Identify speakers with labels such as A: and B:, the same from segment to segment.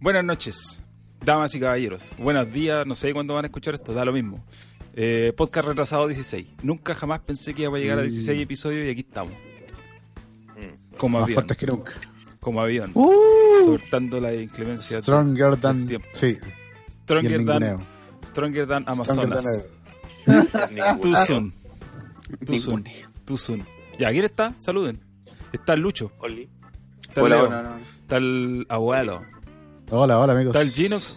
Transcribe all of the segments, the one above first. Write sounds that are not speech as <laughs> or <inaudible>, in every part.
A: Buenas noches, damas y caballeros. Buenos días, no sé cuándo van a escuchar esto, da lo mismo. Eh, podcast retrasado 16. Nunca jamás pensé que iba a llegar a 16 episodios y aquí estamos. Como
B: Mm. Más
A: avión,
B: fuertes que nunca.
A: como avión,
B: Uh,
A: soportando la inclemencia. del
B: stronger than.
A: tiempo.
B: Sí. y el
A: Stronger than,
B: ninguneo.
A: stronger than
B: Stronger
A: Amazonas.
B: than-
A: Too
C: Ninguna.
A: soon. Too soon. Too soon. Ya, ¿quién está? Saluden. Está el Lucho.
C: Oli.
A: Está el,
C: Hola,
A: Leo,
C: hola,
A: está el abuelo.
B: Hola, hola amigos.
A: Está el Ginox.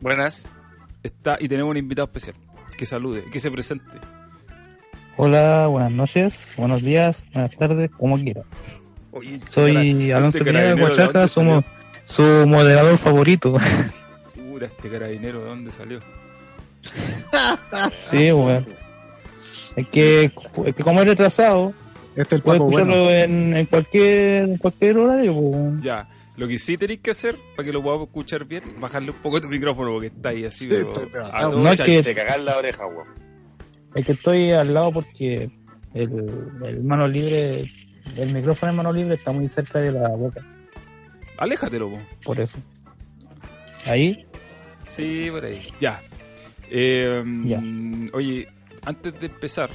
C: Buenas.
A: Está, y tenemos un invitado especial. Que salude, que se presente.
D: Hola, buenas noches, buenos días, buenas tardes, como quiera.
C: Oye,
D: Soy Alonso Pineda de
A: Este carabinero, ¿de
D: Huachaca,
A: dónde
D: somos su moderador favorito.
A: Ah, Pura, este carabinero, ¿de dónde salió?
D: <laughs> Sí, bueno. Es que, es que como es retrasado,
B: Este es el
D: puede
B: Paco
D: escucharlo
B: Bueno.
D: en, en cualquier en cualquier horario. pues.
A: Ya, lo que sí tenéis que hacer, para que lo podamos escuchar bien, bajarle un poco tu micrófono, porque está ahí así, pero...
B: estoy demasiado.
A: a todo
D: No es
A: chancho.
D: que,
C: te cagás la oreja, weón.
D: es que estoy al lado porque el, el mano libre, el micrófono en mano libre está muy cerca de la boca,
A: Aléjatelo, po.
D: por eso. Ahí,
A: Sí, por ahí. Ya. Eh,
D: Ya.
A: Oye, antes de empezar,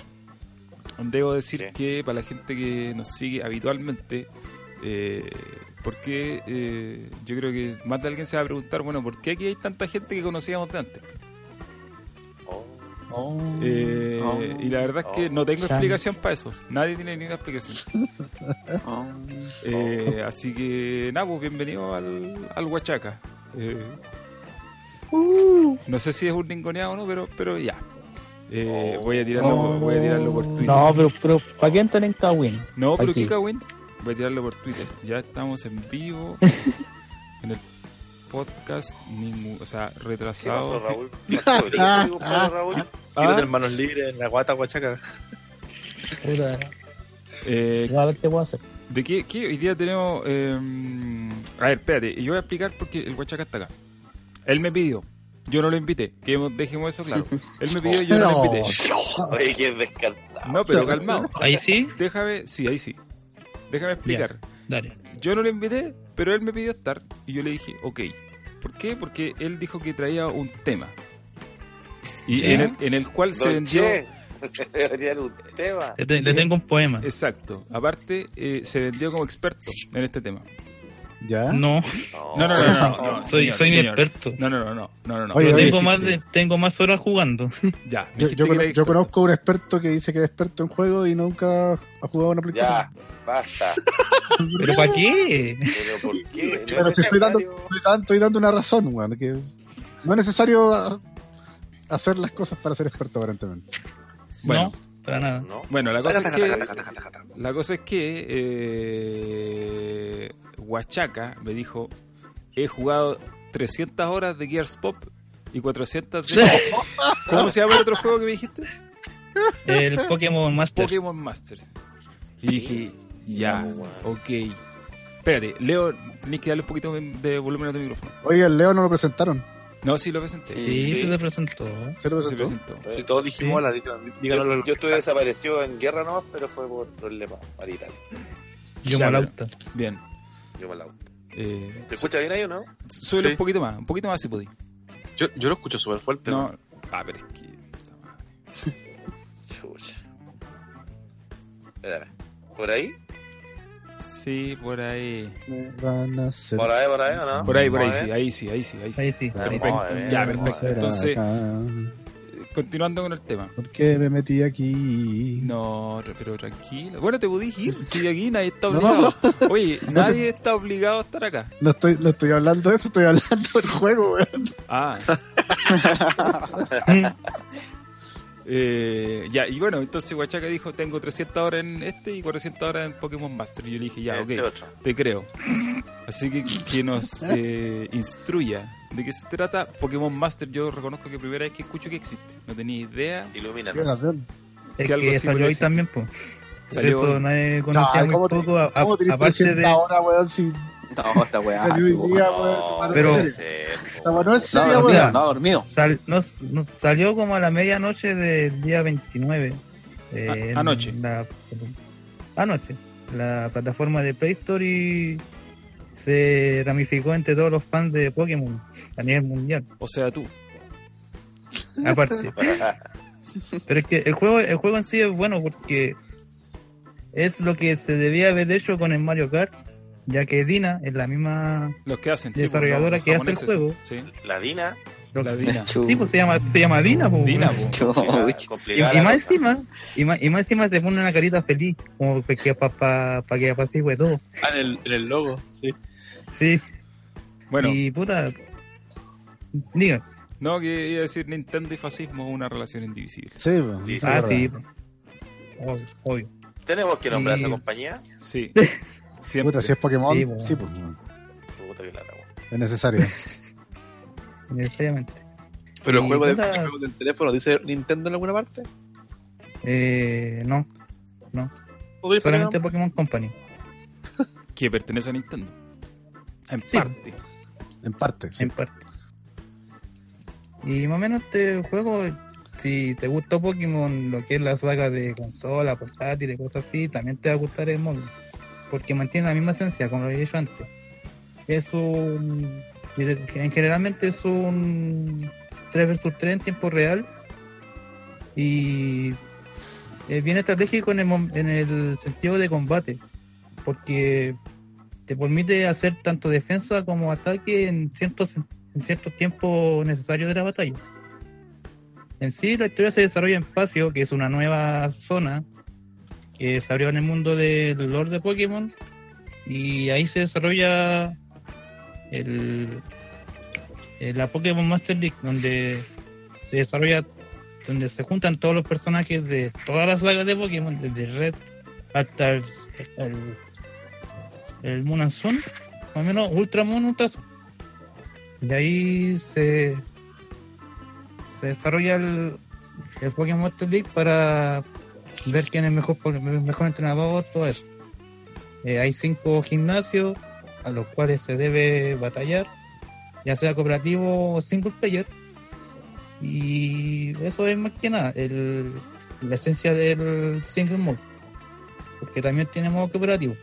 A: debo decir
C: Sí.
A: que para la gente que nos sigue habitualmente, eh, porque eh, yo creo que más de alguien se va a preguntar, bueno, ¿por qué aquí hay tanta gente que conocíamos de antes?
C: Oh.
A: Eh, y la verdad es que
C: Oh.
A: no tengo
D: Chan.
A: explicación para eso. Nadie tiene ninguna explicación.
C: Oh.
A: Eh, así que, nada, pues bienvenido al, al Huachaca. Eh,
D: Uh.
A: no sé si es un ningoneado o no, pero, pero ya. Eh, voy, a tirarlo, por- voy a tirarlo por Twitter.
D: no, pero, pero ¿para qué entrar en Kawin?
A: No, pero
D: Aquí.
A: qué cagüín. Voy a tirarlo por Twitter. Ya estamos en
D: <laughs>
A: vivo en el podcast, ningún, o sea,
C: ¿Qué pasó,
A: retrasado.
C: Raúl? ¿Pasó brillo, amigo, para Raúl?
A: Ah,
E: Quiero manos libres en la guata guachaca.
D: Puta,
A: eh,
D: a ver qué puedo hacer.
A: ¿De qué, qué hoy día tenemos? eh, a ver, espérate, yo voy a explicar porque el huachaca está acá. Él me pidió, yo no lo invité, que dejemos eso
D: <laughs>
A: claro. Él me pidió, yo no, lo invité.
C: Oye, que descartado.
A: No,
D: <laughs>
A: pero calmado.
D: Ahí sí,
A: Déjame, sí, ahí sí. Déjame explicar.
D: dale.
A: Yo no lo invité, pero él me pidió estar y yo le dije, ok. ¿Por qué? Porque él dijo que traía un tema. Y
D: Ya.
A: en el, en el cual se
C: Don
A: vendió...
C: Che, <laughs> debería haber un tema.
D: Le, te- le tengo un poema.
A: Exacto. Aparte, eh, se vendió como experto en este tema.
B: ¿Ya?
D: No,
C: Oh.
A: No, no, no, no. no,
D: <laughs> soy,
A: señor,
D: soy
A: señor.
D: inexperto.
A: No, no, no, no, no, no, no.
B: Oye,
A: Lo
B: oye,
D: tengo,
A: dijiste.
D: más de- tengo más
A: <laughs>
D: horas jugando.
A: Ya, me
B: Yo,
A: dijiste
B: yo
A: que
B: cono-
A: eres
B: yo
A: experto.
B: conozco un experto que dice que es experto en juego y nunca ha jugado una
C: Oh, Ya,
B: aplicación.
C: basta.
D: ¿Pero para qué?
C: Pero ¿por qué? No es
B: Pero si estoy dando,
C: necesario.
B: estoy dando- estoy dando una razón, weón. Que no es necesario ah, hacer las cosas para ser experto, aparentemente.
A: Bueno,
D: No, para nada.
C: No.
A: bueno, la cosa es
C: Taca, taca,
A: que
C: taca, taca, taca, taca.
A: la cosa es que eh, Huachaca me dijo he jugado 300 horas de Gears Pop y 400 de
B: <laughs>
A: ¿Cómo se llama el otro juego que me dijiste?
D: El Pokémon Master.
A: Pokémon Masters. Y dije, ya, ok. Espérate, Leo, tenés que darle un poquito de volumen a tu micrófono.
B: Oye, el Leo no lo presentaron.
A: No, sí lo presenté.
C: Sí,
D: Sí,
C: sí.
D: se te presentó.
B: Se lo
A: Se
B: presentó.
A: presentó.
E: Si todos dijimos hola, díganlo. díganlo
C: Yo estuve desaparecido en guerra nomás, pero fue por problemas maritales.
D: Yo
A: Ya,
D: me lauta.
A: Bien.
C: Yo me la...
A: Eh,
C: ¿Te escucha bien ahí o no?
A: sube
E: Sí.
A: un poquito más, un poquito más si podí.
E: Yo, yo lo escucho súper fuerte.
A: No, ah, pero es que. puta madre.
C: Chucha. Espérame. ¿Por ahí?
A: Sí, por ahí.
B: Me van a hacer-
C: ¿Por ahí, por ahí o no?
A: Por ahí, por ahí,
C: Vamos a
A: sí,
C: ver.
A: ahí sí, ahí sí, ahí sí.
D: Ahí sí.
B: Claro.
D: ahí <laughs> sí.
A: Perfecto. Ya, perfecto. Entonces,
B: Acá.
A: eh, continuando con el tema.
B: ¿Por qué me metí aquí?
A: No, tra- pero tranquilo. Bueno, te podís ir, si aquí nadie está
B: No.
A: obligado. Oye, nadie está obligado a estar acá.
B: No estoy, no estoy hablando de eso, estoy hablando del juego, weón.
A: Ah, <laughs> Eh, ya, y bueno, entonces Huachaca dijo, tengo 300 horas en este y 400 horas en Pokémon Master. Y yo le dije, ya,
C: Este
A: ok,
C: otro.
A: te creo. Así que que nos eh, instruya de qué se trata Pokémon Master. Yo reconozco que primera vez que escucho que existe. No tenía idea.
C: Ilumínanos.
D: Es
A: Que
D: que,
A: algo así
D: salió
A: podría
D: hoy
A: existir.
D: también, pues. Por
A: Salió
D: eso
A: hoy.
D: nadie conocía
B: No,
D: muy
B: ¿cómo te-
D: poco, a- a-
B: ¿Cómo tenés
D: aparte
B: 300
D: de...
B: horas, weón? Si
F: No, esta weá.
B: salió hoy
F: No,
B: día,
C: No,
B: weón.
D: pero-
B: Pero...
C: este,
B: Esta weón no es
F: no ha
B: seria,
F: Ah, dormido,
B: weón.
F: no ha dormido.
D: Sal- no, no- salió como a la medianoche del día 29.
F: Ah,
D: eh,
A: A-
D: en
A: anoche.
D: la- anoche. La plataforma de Play Store y se ramificó entre todos los fans de Pokémon a nivel mundial.
A: O sea, tú.
D: Aparte. Pero es que el juego, el juego en sí es bueno porque es lo que se debía haber hecho con el Mario Kart, ya que Dina es la misma
A: Los que hacen. pues,
D: Desarrolladora
A: los
D: que hace el
A: japoneses,
D: juego.
A: Sí,
C: <laughs> La
D: <laughs>
C: Dina.
A: la Dina.
F: Chu.
D: Sí, pues se llama, se llama Dina, pues,
A: Dina,
D: weón.
A: po. <laughs>
F: Chu,
C: complicada-
F: chu.
D: Y, y
C: complicada la
D: más
C: cosa.
D: encima, y más, y más encima se pone una carita feliz, como para que, pa, pa, pa que apacigüe todo.
E: Ah, en el, en el logo, sí.
D: Sí,
A: Bueno,
D: y puta. Diga,
A: no, que iba a decir Nintendo y fascismo, una relación indivisible.
B: Sí, weón.
C: Sí,
B: es
D: ah,
B: verdad.
D: sí, obvio. obvio.
C: ¿Tenemos que nombrar a esa
D: Y-
C: compañía?
D: <laughs>
A: Sí.
B: Puta,
A: Siempre.
B: si es Pokémon,
D: Sí,
B: sí,
D: weón.
B: pues, weón.
C: Puta que lata, weón.
B: es necesario.
D: necesariamente.
E: Pero el
D: Y
E: juego, de-
D: puta-
E: el juego del teléfono dice Nintendo en alguna parte.
D: Eh, no,
E: ¿O dice
D: solamente Pokémon Company.
A: Que pertenece a Nintendo. En
D: Sí.
A: parte.
B: En parte. sí.
D: en parte. Y más o menos este juego, si te gustó Pokémon, lo que es la saga de consola, portátil y cosas así, también te va a gustar el móvil. Porque mantiene la misma esencia, como lo he dicho antes. Es un... En generalmente es un 3 vs 3 en tiempo real. Y es bien estratégico en el, mom- en el sentido de combate. Porque te permite hacer tanto defensa como ataque en ciertos en cierto tiempo necesario de la batalla. En sí, la historia se desarrolla en Pacio, que es una nueva zona que se abrió en el mundo del Lord de Pokémon, y ahí se desarrolla el, eh, la Pokémon Master League, donde se desarrolla, donde se juntan todos los personajes de todas las sagas de Pokémon, desde Red hasta el, el, el Moon and Sun, más o menos Ultramon, Ultrasun. De ahí se, se desarrolla el, el Pokémon Master League para ver quién es el mejor, po- el mejor entrenador, todo eso. Eh, hay cinco gimnasios a los cuales se debe batallar, ya sea cooperativo o single player. Y eso es más que nada el- la esencia del single mode, porque también tiene modo cooperativo.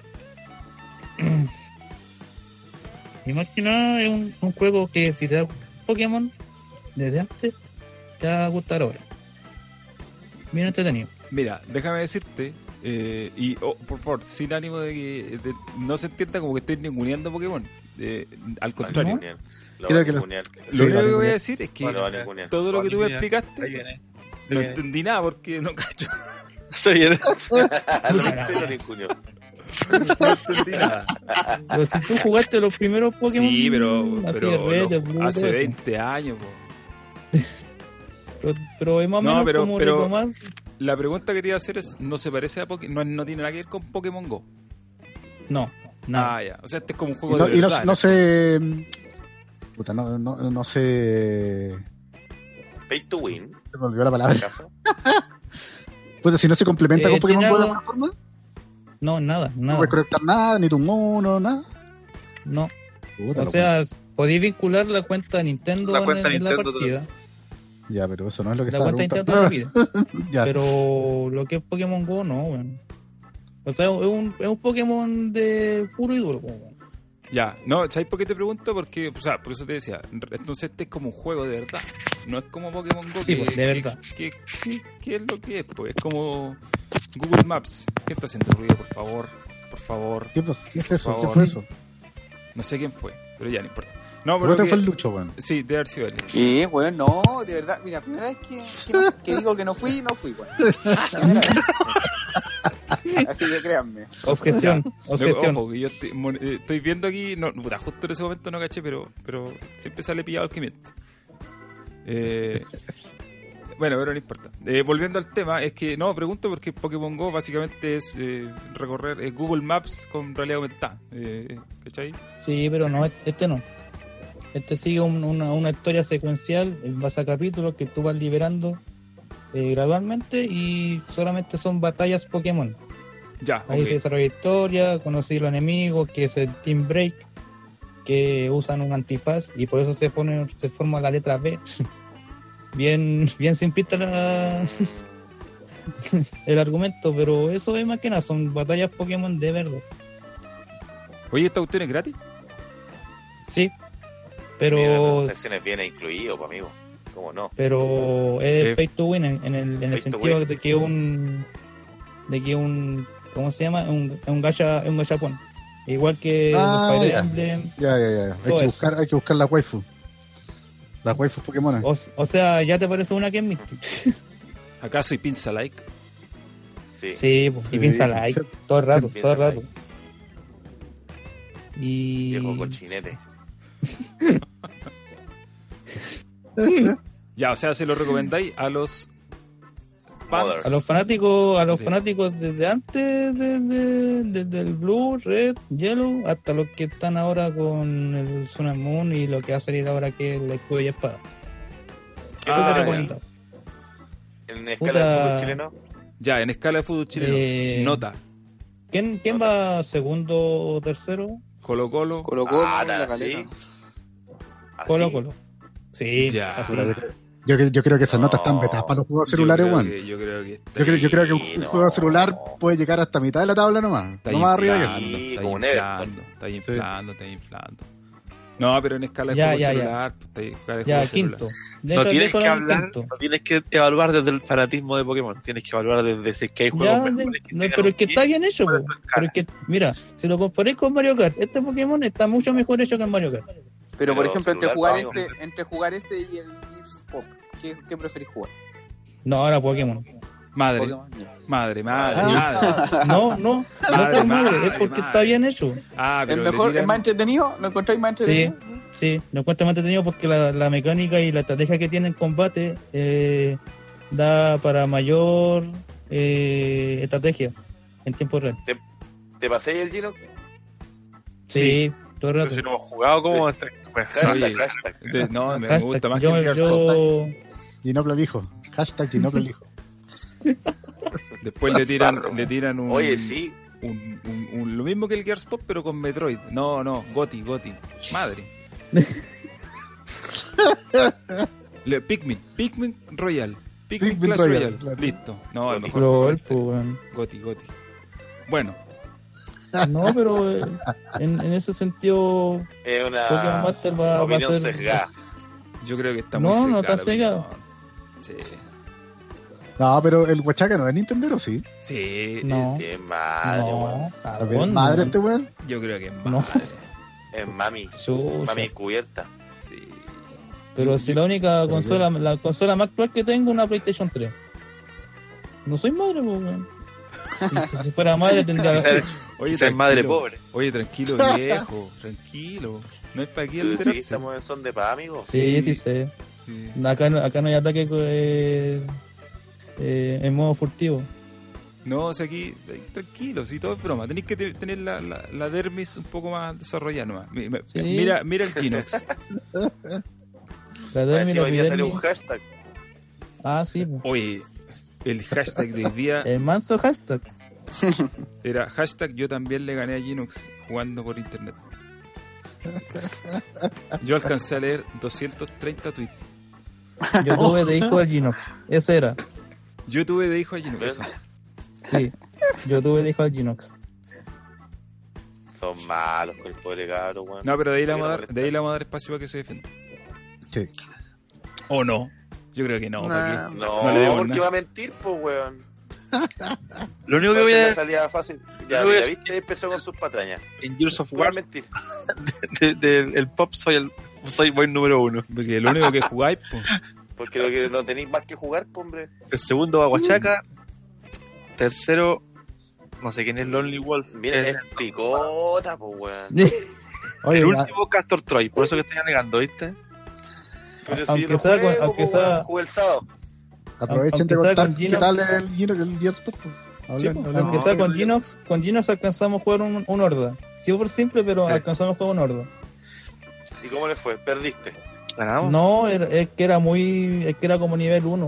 D: Y más que nada es un, un juego que si te da Pokémon desde antes, te va a gustar ahora. Bien entretenido.
A: Mira, déjame decirte, eh, y oh, por favor, sin ánimo de que de- no se entienda como que estoy ninguneando Pokémon. Eh, al
C: Lo van a
A: contrario.
C: ningunear.
B: Creo
C: Lo van a
B: que lo-
C: ningunear.
A: Lo
B: Sí,
A: único
B: vale,
A: que voy a
B: vale.
A: decir es que
C: Lo van a ningunear.
A: todo lo que tú me
E: Ahí viene, Ahí
A: explicaste,
E: viene.
A: no
E: ahí viene.
A: entendí nada porque no cacho.
E: <laughs> Se
D: <laughs>
E: viene.
C: <laughs> Lo- lo ninguneó.
A: No entendí nada.
B: Ah,
D: Pero si tú jugaste los primeros Pokémon.
A: Sí, pero,
D: así de
A: pero
D: Red,
A: lo-
D: de Blue, todo
A: hace
D: eso.
A: 20 años. po.
D: Pero, pero es más o
A: No,
D: menos
A: pero-
D: como
A: pero-
D: retomar.
A: La pregunta que te iba a hacer es, ¿no se parece a Pokémon? No, no tiene nada que ver con Pokémon Go.
D: No, nada.
A: Ah, ya. O sea, este es como un
B: Y
A: juego
B: no,
A: de
B: y no-
A: verdad.
B: no se. Puta, no, no, no se.
C: Pay to win,
B: Se me olvidó la palabra.
C: ¿acaso?
B: Puta, si no se complementa
D: Eh,
B: con Pokémon
D: tiene
B: Go de
D: algo-
B: alguna forma,
A: Ah.
D: No, nada,
B: no
D: nada.
B: puedes conectar nada, ni tu mono, nada.
D: No.
B: Puta,
D: O
B: no,
D: sea, podéis vincular la cuenta de Nintendo
E: La
D: en-
E: cuenta
D: en,
E: Nintendo
D: la partida.
B: pues. Ya, pero eso no es lo que
D: La
B: estaba
D: cuenta de Nintendo
B: preguntando.
D: la
B: <laughs>
D: pide.
B: Ya.
D: Pero lo que es Pokémon Go, no, weón. O sea, es un, es un Pokémon de puro y duro, weón.
A: Ya, no, ¿sabes por qué te pregunto? Porque, o sea, por eso te decía, entonces este es como un juego de verdad, no es como Pokémon Go,
D: Sí,
A: que,
D: pues, de
A: que-
D: verdad.
A: que- que- que es lo que es? Pues es como Google Maps. ¿Qué está haciendo ruido, por favor? Por favor.
B: ¿Qué, pas- qué es eso?
A: favor.
B: ¿Qué fue eso?
A: No sé quién fue, pero ya, no importa. No, pero
B: ¿Cómo te
A: que-
B: fue el Lucho, weón?
A: Sí, de haber sido él.
F: ¿Qué, weón? No, de verdad. Mira, primera vez que,
A: <laughs>
F: que, no- que digo que no fui, no fui, weón. Primera vez. <laughs> Así que créanme.
D: Objeción, objeción.
A: Ojo, que yo estoy, mon- eh, estoy viendo aquí, no, puta, justo en ese momento no caché, pero, pero siempre sale pillado el que miente. Eh, Bueno, pero no importa. Eh, volviendo al tema, es que no, pregunto porque Pokémon Go básicamente es eh, recorrer eh, Google Maps con realidad aumentada. Eh, ¿Cachai?
D: Sí, pero no, este no. Este sigue un- una, una historia secuencial en base a capítulos que tú vas liberando eh, gradualmente y solamente son batallas Pokémon.
A: Ya,
D: Ahí
A: ok.
D: se desarrolla historia, conocí los enemigos, que es el Team Break, que usan un antifaz y por eso se pone, se forma la letra B. <laughs> bien, bien simplista la- <laughs> el argumento, pero eso es más que nada, son batallas Pokémon de verdad.
A: Oye, ¿esta cuestión es gratis?
D: Sí,
C: Mira, las
D: pero
C: transacciones viene incluido, pues, amigo. ¿Cómo no?
D: pero es
A: Eh,
D: pay to win en, en el, en el
C: pay to
D: sentido
C: win.
D: de que un de que un ¿cómo se llama? un, un gacha un gachapón. Igual que
B: Ah,
D: los Fire
B: ya.
D: Emblem,
B: Ya, ya, ya. Hay
D: Todo
B: que,
D: eso.
B: buscar, hay que buscar la waifu. Las waifus Pokémon.
D: O, o sea, ya te parece una que es Mystic.
A: ¿Acaso soy pinza like?
C: Sí.
D: Sí, pues, y piénsala ahí, todo el rato, todo el
C: Piénsala
D: rato. Y
C: Viejo cochinete.
D: Ah,
A: Ya, o sea, se lo recomendáis a los
C: Mothers.
D: a los fanáticos, a los
A: Sí.
D: fanáticos desde antes, desde, desde el Blue, Red, Yellow, hasta los que están ahora con el Sun and Moon y lo que va a salir ahora que es el escudo y espada. Eso
A: Ah,
D: te
A: ya.
D: recomiendo.
C: En escala de
D: Puta.
C: fútbol chileno,
A: Ya, en escala de fútbol chileno.
D: Eh,
A: Nota.
D: ¿Quién, quién va segundo o tercero?
A: Colo Colo.
F: Colo Colo,
C: Ah,
F: la
C: sí.
F: caleta.
C: así.
D: Colo Colo. Sí,
A: Ya.
D: así.
B: Yo, cre- yo creo que esas notas están
C: No.
B: vetadas para los juegos celulares,
A: yo creo
B: weón.
A: que, yo creo que está
B: Yo, creo, yo creo que
C: Sí,
B: un
C: no.
B: juego celular puede llegar hasta mitad de la tabla nomás.
A: Está
B: no más arriba que eso.
C: inflado.
A: inflando,
C: Sí,
A: está
C: como un
A: inflando,
C: Everton.
A: está inflando, está inflando. No, pero en escala de
D: Ya,
A: juego
D: ya, ya.
A: celular, pues, está en escala de
D: Ya,
A: juego celular.
D: quinto.
E: No
D: Dentro de
E: tienes
D: eso
E: que
D: era el
E: hablar,
D: quinto.
E: no tienes que evaluar desde el fanatismo de Pokémon. Tienes que evaluar desde si es que hay
D: Ya,
E: juegos
D: de-
E: mejores
D: no,
E: tengan
D: pero
E: un
D: es que
E: kit.
D: está bien hecho,
E: para
D: po.
E: tu escala.
D: pero es que, mira, si lo comparéis con Mario Kart, este Pokémon está mucho mejor hecho que el Mario Kart.
F: Pero, por
C: Pero
F: ejemplo, entre
C: celular,
F: jugar,
C: amigo.
F: este, entre jugar este y el Gears Pop, ¿qué, qué preferís jugar?
D: No, ahora Pokémon.
A: Madre,
F: Pokémon. ya.
A: madre, madre,
B: Ah.
A: madre.
D: No, no, no
A: Madre,
D: está madre,
A: madre,
D: es porque
A: madre.
D: está bien hecho.
A: Ah,
F: ¿Es
A: pero le
F: mejor,
A: tiran-
F: es más entretenido? ¿Lo encontráis más
D: Sí,
F: entretenido?
D: sí, lo encuentro más entretenido porque la, la mecánica y la estrategia que tiene en combate eh, da para mayor eh, estrategia en tiempo real.
C: ¿Te pasé el Ginox?
D: Sí, todo el rato.
E: Pero si no hemos jugado, ¿cómo vas a estar- pues, <laughs>
C: Hashtag,
A: Oye.
C: hashtag.
A: de- no, me, me
D: Hashtag,
A: gusta más
D: yo,
A: que el Gears Pop.
D: yo,
B: Ginopla elijo. Hashtag Ginopla elijo.
A: Después le tiran,
C: Bizarro.
A: le tiran un,
C: Oye, sí.
A: un- un- un- lo mismo que el Gears Pop, pero con Metroid. No, no, Goti, Goti. Madre. Le- Pikmin, Pikmin Royal. Pikmin,
B: Pikmin
A: Clash
B: Royal,
A: Royal.
B: claro.
A: Listo. No, el
C: Goti.
A: mejor juego
D: LOL,
A: del
D: po, weón.
A: Goti, Goti. Bueno,
D: No, pero eh, en, en ese sentido,
C: Es
D: Pokémon
C: una
D: Master va, va a
C: opinión
D: ser.
C: sesgada.
A: yo creo que está
D: No,
A: muy
D: no
A: cerca
D: está
A: la
D: cegado.
A: opinión. Sí.
B: No, pero el Huachaca no es Nintendo, sí.
A: Sí,
D: No.
C: Sí, es madre, weón.
D: No, ¿a
B: A ver,
D: dónde,
B: madre
D: weón?
B: este weón.
A: es- yo creo que es
D: No.
A: madre.
C: Es mami.
D: Chucha.
C: Mami cubierta.
A: Sí.
D: Pero si la única
B: Pero
D: consola, la consola más actual que tengo es una PlayStation 3. No soy madre, po, weón. Si, si fuera madre tendría
E: Quizás eres-
A: Oye,
E: quizás es madre
A: tranquilo.
E: pobre.
A: Oye, tranquilo, viejo. tranquilo. No hay para qué
C: Sí,
A: alterarse.
C: estamos en son de paz, amigo.
D: Sí,
A: Sí.
D: sí, sé.
A: Sí.
D: Acá, no- acá no hay ataque eh, eh, en modo furtivo.
A: No, o sea, aquí, eh, tranquilo, si todo es broma. Tenéis que te- tener la, la, la dermis un poco más desarrollada nomás. Mi- mi-
D: Sí.
A: Mira, mira el Kinox.
D: La
C: Ah,
D: dermis,
C: Encima
D: la
C: hoy día salió
D: epidermis.
C: un hashtag.
D: Ah, sí, po.
A: Oye, el hashtag de hoy día
D: El manso hashtag.
A: era hashtag yo también le gané a Linux jugando por internet. Yo alcancé a leer 230 tweets. <laughs>
D: Yo tuve de hijo al Ginox. Ese era.
A: Yo tuve de hijo a Linux.
C: ¿Ves?
A: eso.
D: Sí. Yo tuve de hijo al Ginox.
C: Son malos con el pobre cabro, weón.
A: No, pero de ahí, le vamos a dar, de ahí le vamos a dar espacio para que se defienda.
B: Sí.
A: ¿O no? Yo creo que no. ¿para qué?
C: No,
A: No le debo
C: porque
A: nada.
C: va a mentir, pues, weón.
E: Lo único
C: Va
E: que
C: a
E: voy
C: ser
E: a
C: la salida fácil. Ya,
E: Yo voy a-
C: mira, viste, ahí empezó con sus patrañas.
E: en Gears of
C: Va a
E: War
C: mentir.
E: de- del el pop soy el soy boy número uno.
A: Porque lo único que jugáis, pues.
C: Porque lo que no tenéis más que jugar, pues, hombre.
E: El segundo va a Huachaca.
D: Mm.
E: Tercero, no sé quién es Lonely Wolf.
C: Mira,
E: El-
A: eh.
C: es picota, pues, weón.
B: Oye,
E: el
B: la-
E: último Castor Troy, por eso que estoy alegando, ¿viste?
C: Pero si
D: Aunque
C: yo no
D: sea con-
C: juego,
D: aunque
C: pues, weón,
D: sea-
C: jugué el sábado.
B: Aprovechen de
D: Aunque sea
B: contar
D: con
B: qué
D: Gino.
B: tal el Gino, el Gearspot. pues. Hablen,
A: pues,
B: hablen.
D: Aunque
A: No,
D: sea
A: pero
D: con
A: yo-
D: Ginox, con Ginox alcanzamos a jugar un, un Horda. Súper simple, pero
E: Sí.
D: alcanzamos a jugar un Horda.
C: ¿Y cómo le fue? Perdiste.
E: Ganamos.
D: No, era- es que era muy. Es que era como nivel 1.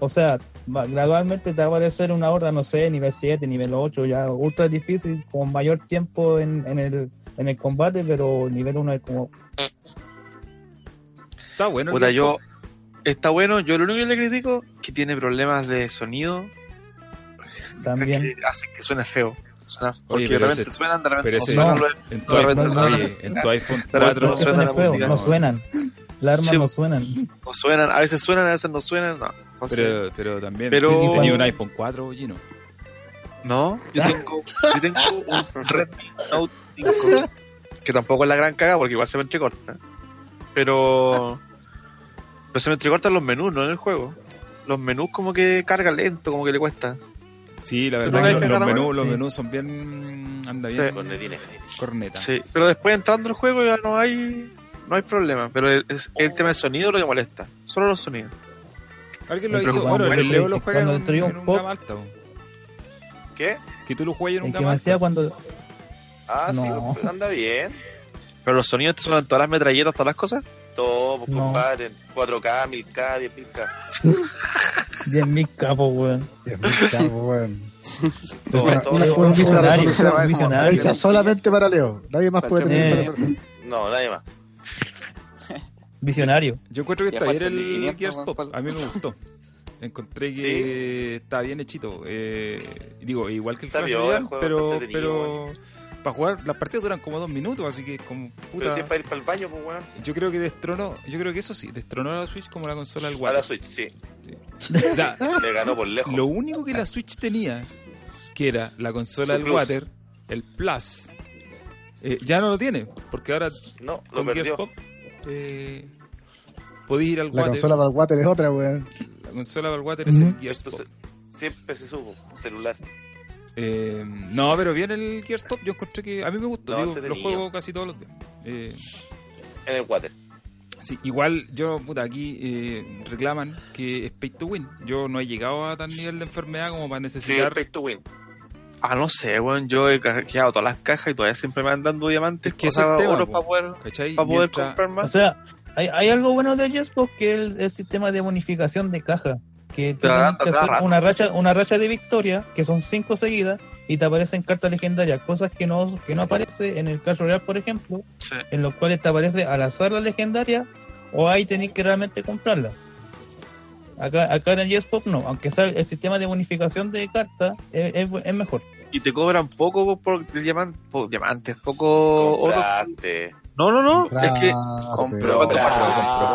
D: O sea, va- gradualmente te va a aparecer una horda, no sé, nivel 7, nivel 8, ya ultra difícil, con mayor tiempo en, en el, en el combate, pero nivel 1 es como.
A: Está bueno. el
E: Puta,
A: Gears,
E: yo. Está bueno, yo lo único que le critico que tiene problemas de sonido
D: También.
E: que hacen que suene feo. Suena, porque
A: pero
E: de repente
A: ese-
E: suenan, de repente
A: pero
E: no
A: ese-
E: suenan.
D: no.
A: po. En tu, iPhone-
E: No, no, no.
A: oye, en tu iPhone
E: Pero
A: 4.
D: No
E: no suena
D: suena
E: la
D: feo,
E: música,
D: no
E: no.
D: suenan. Las armas
E: Sí.
D: no suenan.
E: No suenan, a veces suenan, a veces no suenan. No, Entonces,
A: Pero, pero también
E: Pero-
A: tenía un iPhone 4, Gino.
E: no yo, tengo, yo tengo un Redmi Note 5 que tampoco es la gran caga porque igual se me entrecorta. Pero, pero se me entrecortan los menús, no en el juego. Los menús como que carga lento, como que le cuesta.
A: Sí, la
E: Pero
A: verdad
E: no
A: que
E: hay
A: los,
E: que
A: los
E: ganar,
A: menús, los
D: sí.
A: menús son bien... Anda
E: Sí.
A: bien.
C: Cornetines.
A: Corneta.
E: Sí, pero después entrando al juego ya no hay no hay problema, pero el, es- el tema del sonido lo que molesta, solo los sonidos.
A: ¿Alguien lo ha
E: Pero
A: visto?
E: cuando-
A: Bueno, el Leo lo
D: cuando
A: juega en un,
D: entró yo
A: en
D: un
A: un
D: pop-
A: gama alta. po.
C: ¿Qué?
A: Que tú lo juegues en un
D: El que
A: gama
D: me hacía
A: alta.
D: cuando.
C: Ah,
D: No.
C: sí, anda bien.
E: Pero los sonidos te suenan todas las metralletas, todas las cosas.
C: Todo, pues,
D: No.
C: compadre. 4K, 1000K, 10.000K.
D: 10.000 capos, weón.
B: Dios mío, chavo, pues, weón.
C: Todo,
B: Una-
C: todo.
B: una-
D: todo.
B: una lista de
D: Millonario,
B: resolución
D: millonario.
B: hecha solamente para Leo. Nadie más puede tener esa resolución.
C: No, nadie más.
D: Visionario.
A: Yo encuentro que
F: Ya
A: está bien el
F: 4.500,
A: Gears
F: weón,
A: Pop.
F: pal-
A: A mí me gustó. Encontré que está bien hechito. Eh, digo, igual que el
C: Está
A: Clash
C: bien,
A: Royale,
C: el juego
A: pero,
C: bastante
A: pero para jugar las partidas duran como dos minutos, así que es como
C: Pero
A: puta.
C: si es para ir para el baño, pues, weón.
A: Yo creo que destronó, yo creo que eso sí, destronó a la Switch como la consola del
C: A la
A: Wii.
C: Switch, sí.
A: O sea,
C: Le ganó por lejos.
A: Lo único que la Switch tenía, que era la consola
C: Su
A: del
C: plus.
A: water, el Plus, eh, ya no lo tiene, porque ahora
C: No, lo
A: con
C: perdió.
A: Gears Pop eh, podéis ir al
B: La
A: water.
B: consola para el water es otra, weón.
A: La consola para el water es el Gears Pop.
C: Entonces, siempre se supo. Celular.
A: Eh, no, pero bien el Gears Pop, yo encontré que a mí me gustó,
C: No,
A: digo, lo
C: entretenido.
A: juego casi todos los días. Eh,
C: En el water.
A: Sí, igual yo, puta, aquí eh, reclaman que es pay to win. Yo no he llegado a tal nivel de enfermedad como para
C: Sí, es
A: necesitar
C: pay to win.
E: Ah, no sé, weón, yo he quedado todas las cajas y todavía siempre me van dando diamantes,
A: Es que ese
E: cosas,
A: es el tema,
E: oro
A: po.
E: para poder,
A: ¿Cachai?
E: para poder
A: Mientras-
E: comprar
D: O
E: más.
D: sea, hay, hay algo bueno de Xbox que es el, el sistema de bonificación de caja. Que tú
E: da-
D: tienes
E: te
D: que
E: da
D: hacer
E: rato.
D: una racha, una racha de victoria, que son cinco seguidas, y te aparecen cartas legendarias, cosas que no, que no aparece en el Clash Royale, por ejemplo,
E: Sí.
D: en los cuales te aparece al azar la legendaria, o ahí tenés que realmente comprarla. Acá, acá en el Xbox no, aunque sea el sistema de bonificación de cartas es, es, bu- es mejor.
E: Y te cobran poco por diamantes, diamantes, poco oro.
C: Compraste.
E: No, no, no, es que
B: Comprate.
E: Pero cuatro
C: Compraste.
E: no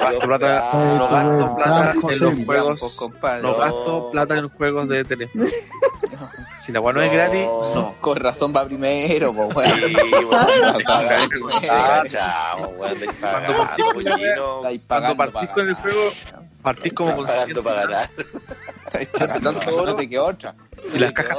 E: gasto plata,
B: Ay,
E: no
B: qué
E: gasto
B: buen
E: plata
B: trabajo,
E: en los
B: sí.
C: pues,
E: juegos,
F: compadre.
E: no
C: No.
E: gasto plata en juegos de teléfono. Si la weá no es
C: No.
E: gratis, no.
F: <laughs> Con razón va primero, pues, po, weón.
C: Sí, weón.
F: Ah,
C: Ah, chao, weón. Estáis
E: Cuando
C: pagando,
E: partís,
C: pollino.
F: Estáis
E: Cuando
F: pagando
E: partís
F: para
E: con el
F: ganar. <laughs>
E: juego, partís como con
C: Estás pagando
E: 100
C: para ganar.
F: Estáis pagando
E: Tanto
F: para ganar.
E: oro.
F: No te queda otra.
E: Y las cajas,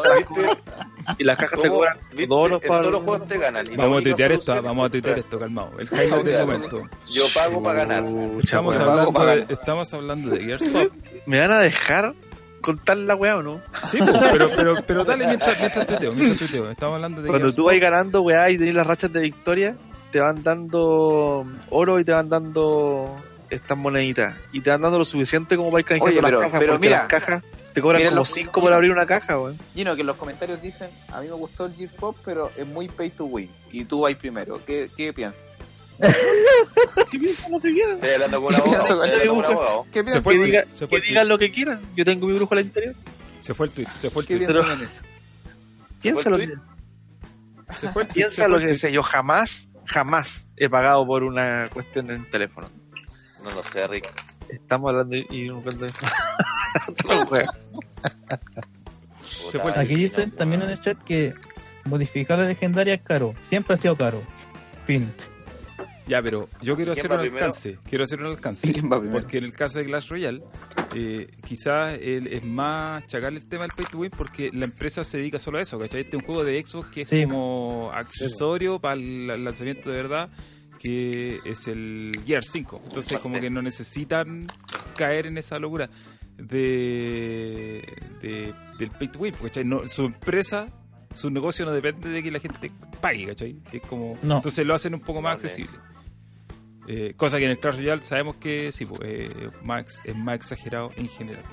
E: y las cajas te
C: ¿Cómo?
E: cobran
C: ¿Viste?
E: dos
C: En
E: euros para.
C: todos los juegos te ganan. y la
A: Vamos a
C: única
E: pues,
A: tuitear esto,
C: solución
A: ah,
C: es
A: vamos a tuitear
C: comprar.
A: esto, calmado. El
E: <laughs>
A: highlight del momento.
C: Yo pago para ganar.
E: Pucha,
A: Estamos
E: weón.
F: Pago
A: hablando,
F: para
A: de,
F: ganar.
A: estamos hablando de
E: <laughs>
A: Gears Pop.
E: ¿Me van a dejar contar la weá o no?
A: Sí, pues, pero, pero, pero dale mientras, mientras tuiteo, mientras tuiteo. Estamos hablando de
E: Cuando
A: Gears
E: tú vas ganando weá y tenés las rachas de victoria, te van dando oro y te van dando estas moneditas. Y te van dando lo suficiente como para ir canjeando
F: Oye,
E: las
F: pero-
E: cajas,
F: pero
E: porque
F: mira,
E: las cajas te cobran
F: mira
E: como
F: los-
E: 5 por abrir una caja, weón.
F: Gino, que en los comentarios dicen, a mí me gustó el Gears Pop, pero es muy pay to win. Y tú vas primero. ¿Qué, qué piensas?
C: Estoy hablando con un abogado.
F: Eso,
C: Estoy hablando con un <laughs> abogado.
F: ¿Qué
A: Se
F: piensas?
A: fue
E: Que,
A: el
E: diga-
A: tweet, se fue
E: que
A: el tweet,
E: digan lo que quieran. Yo tengo mi brujo al interior.
A: se fue el tweet, se fue el
F: ¿Qué
A: tweet,
F: piensas en eso?
E: Piénsalo.
C: tweet?
A: se fue el tweet, se
E: Piensa lo
A: fue el
E: que
A: tweet.
E: sea. Yo jamás, jamás he pagado por una cuestión en el teléfono.
C: No lo sé, Rick.
E: Estamos hablando y- y no <laughs> prende- No, güey.
C: Puta,
A: Se fue el-
D: Aquí
C: Rick,
D: dicen
C: no,
D: también en el chat que modificar la legendaria es caro. Siempre ha sido caro. Fin.
A: Ya, pero yo quiero
C: ¿Quién
A: hacer
C: va
A: un
C: primero?
A: alcance, quiero hacer un alcance.
F: ¿Quién va primero?
A: Porque en el caso de Clash Royale, eh, quizás el- es más chacal el tema del pay to win porque la empresa se dedica solo a eso, ¿cachai? Este es un juego de Xbox que es
D: Sí.
A: como accesorio para el el lanzamiento de verdad, que es el Gear 5. Entonces, como que no necesitan caer en esa locura de, de- del pay to win, porque, ¿cachai? No, su empresa, su negocio no depende de que la gente pague, ¿cachai? Es como,
D: No.
A: Entonces lo hacen un poco más
C: Vale.
A: accesible. Eh, cosa que en el Clash Royale sabemos que sí, pues, eh, Max es más exagerado en general.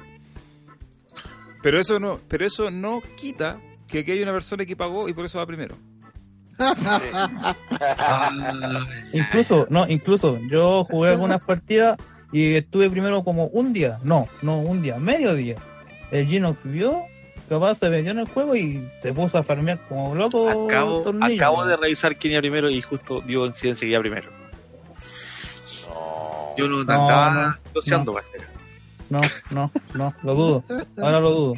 A: Pero eso no, pero eso no quita que aquí hay una persona que pagó y por eso va primero.
D: Incluso, no, incluso yo jugué algunas partidas y estuve primero como un día, no, no un día, medio día. El Ginox vio, capaz se vendió en el juego y se puso a farmear como loco.
E: Acabo,
D: tornillos,
E: acabo
D: weón.
E: de revisar quién iba primero y justo dio incidencia que iba primero.
C: No.
E: Yo no
D: No,
E: andaba
D: no,
E: negociando, parece. <laughs>
D: No, no, no, lo dudo, ahora lo
E: <laughs>
D: dudo.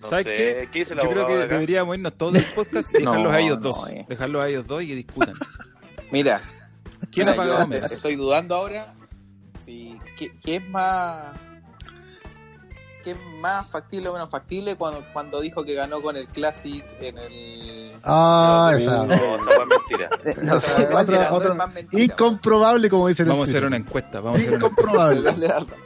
C: no
A: ¿Sabes
C: sé.
A: qué?
C: ¿Qué dice el
A: Yo creo
C: abogado
A: que
C: de acá?
A: deberíamos irnos todos del podcast
F: <laughs>
A: y
F: No,
A: dejarlos a ellos
F: no,
A: dos.
F: eh.
A: Dejarlos a ellos dos y que discutan.
F: Mira,
A: ¿Quién
F: mira,
A: ha pagado
F: yo
A: menos?
F: estoy dudando ahora si qué, qué es más qué es más factible o menos factible cuando, cuando dijo que ganó con el Classic en el
B: Ah, esa.
C: No, esa fue <laughs> mentira.
F: no sé,
B: Otra-
F: ¿cuál de las dos
B: otra-
F: es más mentira?
B: Incomprobable, como dicen. en
A: Vamos a hacer
B: Twitter.
A: una encuesta. Vamos a hacer una
B: <laughs> Incomprobable.
F: ¿Cuál de las dos?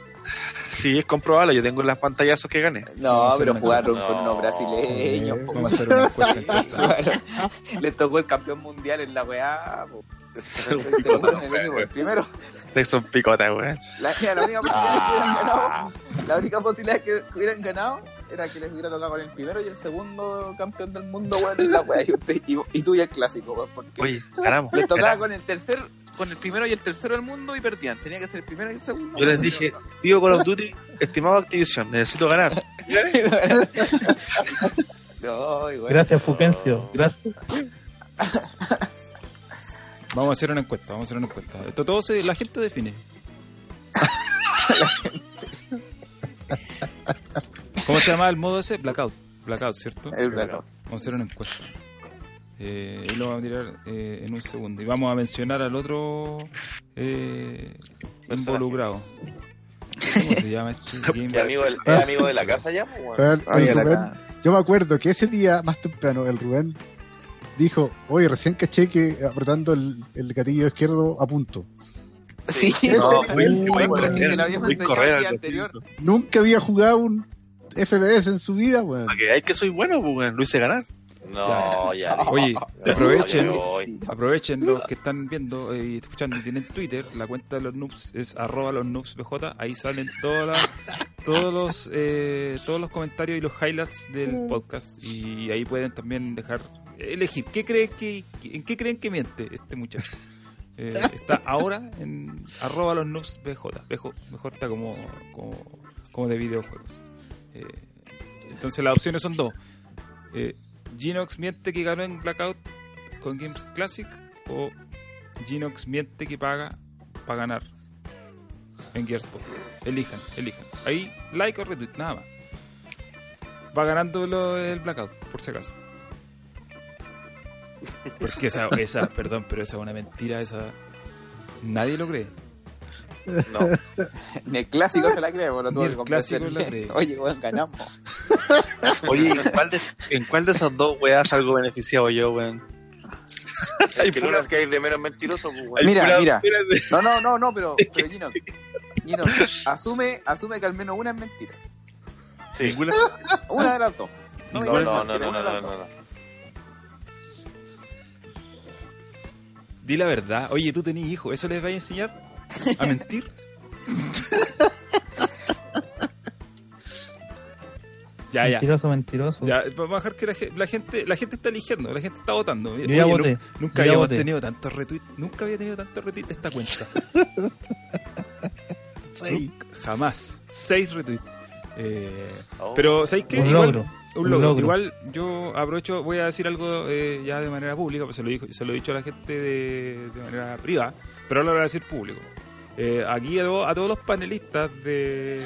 E: Sí, es comprobable. Yo tengo en las pantallazos que gané.
F: <laughs>
E: <laughs>
F: No, pero jugaron
C: No.
F: con unos brasileños. po.
A: Vamos a hacer una encuesta.
F: Jugaron- <laughs> Le tocó el campeón mundial en la weá. po.
C: Pues
F: El segundo en el equipo, el primero.
E: Ustedes son picotas, weón.
F: La, mira, la única posibilidad que
E: Ah.
F: hubieran ganado, la única posibilidad que hubieran ganado era que les hubiera tocado con el primero y el segundo campeón del mundo, weón, en la weá. Y, usted- y, y tú y el clásico, weón, porque
E: Oye, ganamos.
F: les tocaba
E: ganamos.
F: con el tercer, con el primero y el tercero del mundo y perdían. Tenía que ser el primero y el segundo.
E: Yo les dije, tío Call of Duty, estimado Activision, necesito ganar.
F: <laughs> No, y bueno.
D: Gracias, Fuquencio, gracias.
A: Vamos a hacer una encuesta. Vamos a hacer una encuesta. Esto todo se, la gente define. ¿Cómo se llama el modo ese? Blackout. Blackout, ¿cierto?
F: El blackout.
A: Vamos a hacer una encuesta. Eh, y lo vamos a tirar eh, en un segundo. Y vamos a mencionar al otro eh, involucrado. ¿Cómo se llama este
C: ¿Qué
A: game?
C: amigo del- ¿Es amigo de la casa ya? pues, weón?
B: Pero el
F: Oye, la
B: Rubén-
F: ca-
B: yo me acuerdo que ese día, más temprano, el Rubén dijo, oye, recién caché que apretando el, el gatillo izquierdo a punto.
F: Sí,
E: <laughs>
F: <laughs>
E: No,
F: sí,
E: muy-
F: sí,
E: muy
F: sí,
E: correr,
F: sí, que lo habíamos
E: muy
F: enseñado
E: correr,
F: el día
E: lo
F: anterior.
E: siento.
B: Nunca había jugado un FPS en su vida, weón.
E: Para que hay que soy bueno, pues, weón. Lo hice ganar.
C: No, ya.
A: Oye,
C: No,
A: aprovechen.
C: ya me voy.
A: Aprovechen los que están viendo eh, y escuchando y tienen Twitter, la cuenta de los noobs es arroba los noobs BJ, ahí salen todas las- todos los eh, todos los comentarios y los highlights del podcast y ahí pueden también dejar elegir qué creen que en qué creen que miente este muchacho. Eh, está ahora en arroba los noobs BJ, BJ, mejor está como, como, como de videojuegos. Eh, entonces las opciones son dos. Eh, Ginox miente que ganó en Blackout con Games Classic o Ginox miente que paga para ganar en Gearspot. Elijan, elijan. Ahí, like o retweet, nada más. Va ganando lo- el blackout, por si acaso. Porque esa, esa, perdón, pero esa es una mentira, esa. Nadie lo cree.
C: No.
F: Ni el clásico se la cree, bueno,
A: Ni
F: todo
A: el clásico
F: complacer.
A: la cree.
F: Oye, weón, ganamos.
E: Oye, ¿en <laughs> cuál de, en cuál de esas dos weas salgo beneficiado yo, weón?
C: Es que el uno que hay de menos mentiroso, pues, weón.
E: Hay
F: Mira,
E: pura-
F: mira.
E: pura de-
F: No, no, no, no, pero, pero Gino, Gino, asume, asume que al menos una es mentira.
C: Sí.
E: ninguna-
F: Una de las dos. No, me
C: No,
F: digas
C: no, no,
F: mentira,
C: no,
F: una
C: no,
F: de las
C: no,
F: dos.
C: no.
A: Di la verdad. Oye, tú tenés hijos, ¿eso les va a enseñar? ¿A mentir? ya, ya.
D: Mentiroso, mentiroso.
A: Ya, vamos a dejar que la, ge- la gente la gente está eligiendo, la gente está votando. Mira,
D: Yo ya
A: oye,
D: voté.
A: nu- nunca
D: Yo ya
A: habíamos
D: voté.
A: tenido tantos retweets, nunca había tenido tantos retweets de esta
D: <laughs>
A: cuenta.
B: Sí.
A: Jamás. Seis retweets. Eh,
C: Oh.
A: pero, ¿sabéis qué?
D: Un
A: Igual-
D: logro.
A: un
D: Un
A: logro.
D: logro.
A: Igual yo aprovecho, voy a decir algo eh, ya de manera pública, pues se lo, dijo, se lo he dicho a la gente de, de manera privada, pero ahora lo voy a decir público. Eh, aquí a, to- a todos los panelistas de,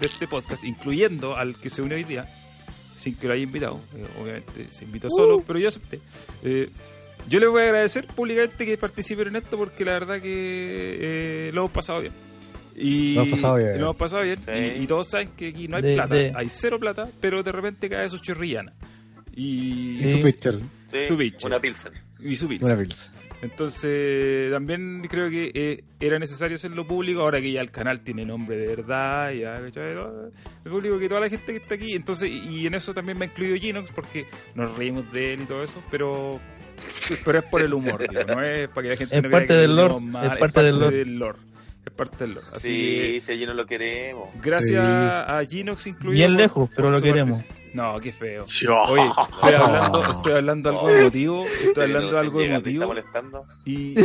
A: de este podcast, incluyendo al que se une hoy día, sin que lo haya invitado, eh, obviamente se invitó
B: Uh.
A: solo, pero yo acepté. Eh, yo les voy a agradecer públicamente que participen en esto porque la verdad que eh, lo hemos pasado bien. Y
B: Lo hemos pasado bien.
A: Lo hemos pasado bien.
C: Sí.
A: Y, y todos saben que aquí no hay
D: De-
A: plata,
D: de-
A: hay cero plata, pero de repente cae su chorrillana. Y,
B: Y su pitcher,
C: Sí,
A: su biche.
C: Una pilsen.
A: y su pizza.
B: una pilsa.
A: Entonces, también creo que eh, era necesario hacerlo público, ahora que ya el canal tiene nombre de verdad, ya, ¿cachai? Todo- El público que toda la gente que está aquí, entonces, y y en eso también me ha incluido Ginox, porque nos reímos de él y todo eso, pero pero es por el humor,
C: <laughs>
A: digo, no es para que la gente
D: Es
A: no crea
D: parte
A: que
D: del
A: lo
D: lore,
A: hicimos mal,
D: es parte del lore.
A: lore, Es parte del lore. Así
C: Sí, si allí no lo queremos.
A: que, gracias
D: Sí.
A: a Ginox incluido.
D: Bien
A: por-
D: lejos, pero
A: por
D: lo
A: su parte-
D: queremos.
A: No, qué
C: <laughs>
A: feo.
E: Sí, oh.
A: Oye, estoy hablando, estoy hablando algo emotivo, estoy hablando algo
C: ¿Está
A: emotivo eh,
C: molestando?
A: y, y-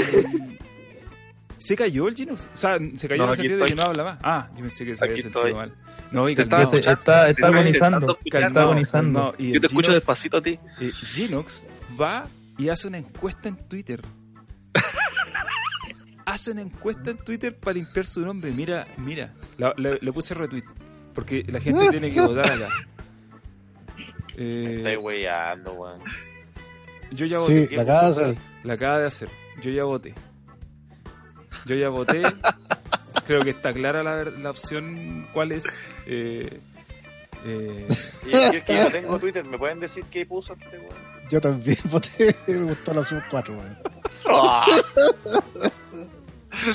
A: se cayó el Ginox, o sea, se cayó
E: No,
A: en el
E: aquí
A: sentido de que
E: estoy.
A: no habla más. Ah, yo pensé que se
C: Aquí
A: había sentido
C: estoy.
A: mal. No, y
E: Te estaba
A: calmado,
D: Está,
E: escuchando,
D: está, está
E: te estoy
D: agonizando.
E: escuchando.
D: Está
A: calmado,
D: agonizando.
A: calmado. Y
E: Yo
A: el
E: te escucho
A: Ginox-
E: despacito a ti.
A: eh, Ginox va y hace una encuesta en Twitter. hace una encuesta en Twitter para limpiar su nombre. Mira, mira, la- le, le puse retweet. Porque la gente tiene que votar acá. Eh,
C: Estoy weyando, weón.
A: yo ya voté.
B: Sí, la casa.
A: La acaba de hacer. Yo ya voté. Yo ya voté. Creo que está clara la, ver- la opción cuál es. Eh, eh,
C: Y Yo es que yo no tengo Twitter, ¿me pueden decir qué puso este weón?
B: Yo también <laughs> voté. Me gustó la sub 4, weón.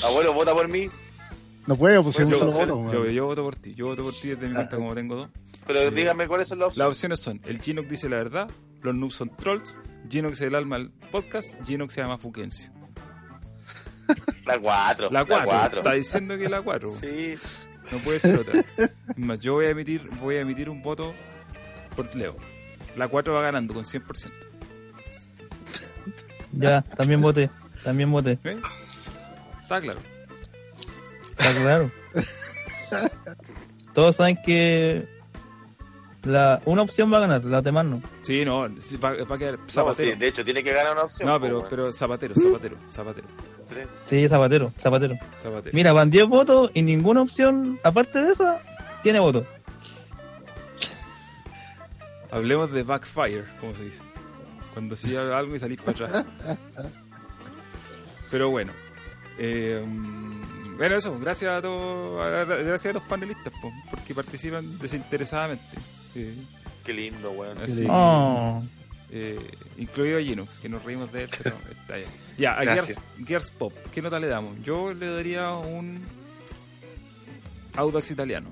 C: Abuelo, vota por mí.
B: No puedo, pues es un
C: Yo-
B: solo voto,
A: yo,
B: weón.
A: yo voto por ti. Yo voto por ti desde mi cuenta como tengo dos.
C: Pero
A: Sí.
C: díganme cuáles son las opciones.
A: Las opciones son: el Ginox dice la verdad, los noobs son trolls, Ginox es el alma al podcast, Ginox se llama Fuquencio.
C: La 4.
A: La 4. Está diciendo que la 4.
C: Sí.
A: No puede ser otra. Es Más, yo voy a emitir voy a emitir un voto por Leo. La 4 va ganando con 100%.
D: Ya, también voté. También voté.
A: ¿eh? Está claro.
D: Está claro.
E: <laughs>
D: Todos saben que la, una opción va a ganar, las demás no.
A: Sí, no, sí, va, va a quedar
C: No, sí,
A: zapatero. No,
C: de hecho, tiene que ganar una opción.
A: pero,
C: pues,
A: pero zapatero, zapatero, zapatero,
C: weón. Tres.
D: Sí, Zapatero, Zapatero.
A: zapatero.
D: Mira, van 10 votos y ninguna opción, aparte de esa, tiene voto.
A: Hablemos de backfire, como se dice. Cuando se lleva algo y salís para atrás. Pero bueno. eh, bueno, eso. Gracias a todos. a- a- Gracias a los panelistas, po, porque participan desinteresadamente. Eh,
C: Qué lindo, weón.
A: así,
D: Oh,
A: eh, incluido a Linux, que nos reímos de él,
C: <laughs>
A: pero está bien. Ya, a Gears,
E: Gracias.
A: Gears Pop, ¿qué nota le damos? Yo le daría un Audax italiano,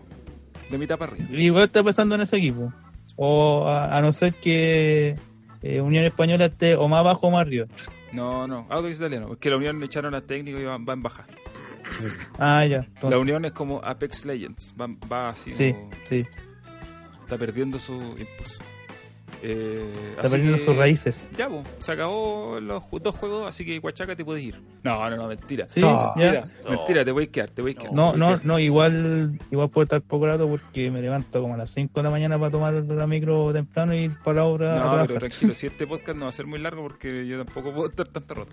A: de mitad para arriba.
D: igual está pensando en ese equipo. O a, a no ser que eh, Unión Española esté o más abajo o más arriba.
A: No, no, Audax italiano, es que la Unión echaron a técnico y va, va en baja.
D: Ah, ya.
A: La
D: entonces,
A: Unión es como Apex Legends, va, va así,
D: sí,
A: como-
D: sí.
A: está perdiendo su impulso. Eh,
D: Está
A: así
D: perdiendo
A: que-
D: sus raíces.
A: Ya, po, se acabó los ju- dos juegos, así que Huachaca te puedes ir. No, no, no, mentira.
D: Sí,
B: Ah,
D: ya.
A: Mentira, mentira, te voy a quedar, te voy a quedar. te
D: No,
A: voy a
D: no,
A: quedar.
D: no, igual, igual puedo estar poco rato porque me levanto como a las 5 de la mañana para tomar la micro temprano y ir para la obra a
A: No,
D: trabajar.
A: pero tranquilo, si este podcast no va a ser muy largo porque yo tampoco puedo estar tanto rato.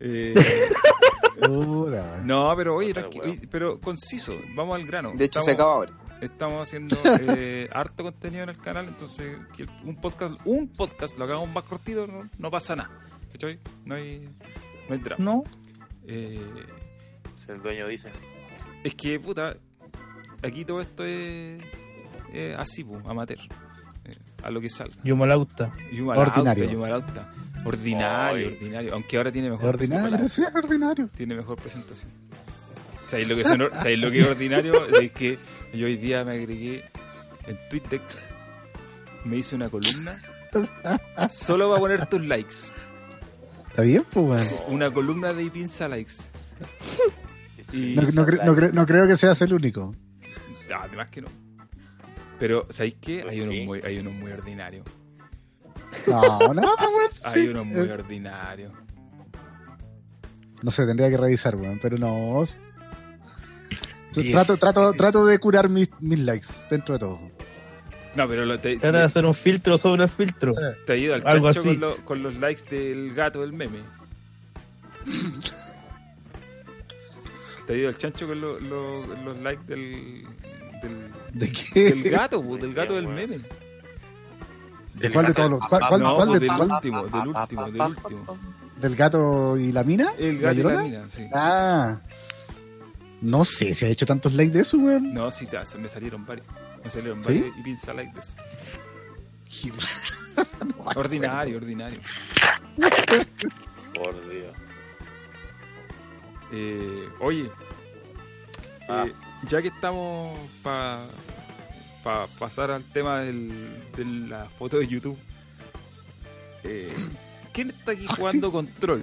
A: Eh, <laughs>
B: Puta, weón.
A: no, pero oye,
C: Otra
A: tranqui-
C: hueá.
A: oye, pero conciso, vamos al grano.
F: De hecho,
A: estamos,
F: se acaba ahora.
A: Estamos
B: <laughs>
A: haciendo eh, harto contenido en el canal, entonces que el- un podcast, un podcast lo hagamos más cortito, no, no pasa nada. ¿Cachai? No hay, no hay drama.
D: No,
A: Eh,
C: El dueño dice.
A: es que, puta, aquí todo esto es, es así, po, amateur, eh, a lo que salga.
D: yo me la gusta.
A: Yumalauta,
B: Ordinario.
A: Yumalauta. Ordinario,
C: Ay.
A: ordinario. Aunque ahora tiene mejor
B: Ordinario, sí, es ordinario.
A: tiene mejor presentación. ¿Sabéis lo que, son or- ¿sabéis lo que es ordinario? Es que yo hoy día me agregué en Twitter, me hice una columna solo va a poner tus likes.
B: Está bien, pues, weón.
A: Una columna de Ipinza likes. Y
B: No, no cre- no cre- no creo que seas el único.
A: ah, además que no. Pero, ¿sabéis qué? Hay unos
C: Sí.
A: muy, hay unos muy ordinarios.
B: No, no, weón.
A: <laughs> Hay
B: sí.
A: unos muy
B: Eh,
A: ordinarios.
B: No sé, tendría que revisar, weón, pero no. Yo
E: Diez.
B: Trato, trato, trato de curar mis, mis likes dentro de todo.
A: No, pero lo, te,
D: Trata de hacer un filtro sobre el filtro.
A: te ha ido al
D: algo
A: chancho
D: así.
A: con, lo- con los likes del gato del meme. te ha ido al chancho con lo- lo- los likes del, del,
B: ¿De
A: del <laughs>
B: qué?
A: gato, bu, del gato del meme.
B: ¿Cuál de todos los? ¿Cuál, cuál-
A: No,
B: cuál
A: bu,
B: de-
A: del
B: cuál-
A: último,
C: Ah,
A: del último, del último.
B: ¿Del gato y la mina?
A: El gato y la
B: llorona?
A: mina, sí.
B: Ah. No sé si ha hecho tantos likes de eso, weón.
A: No, sí, ta, se me salieron varios. Me salieron
B: ¿Sí?
A: varios y pinza likes de eso.
B: No me acuerdo.
A: Ordinario, ordinario.
C: Por Dios.
A: Eh, oye,
C: Ah.
A: eh, ya que estamos para pasar al tema del- de la foto de YouTube, eh, ¿quién está aquí
B: Ah,
A: jugando control?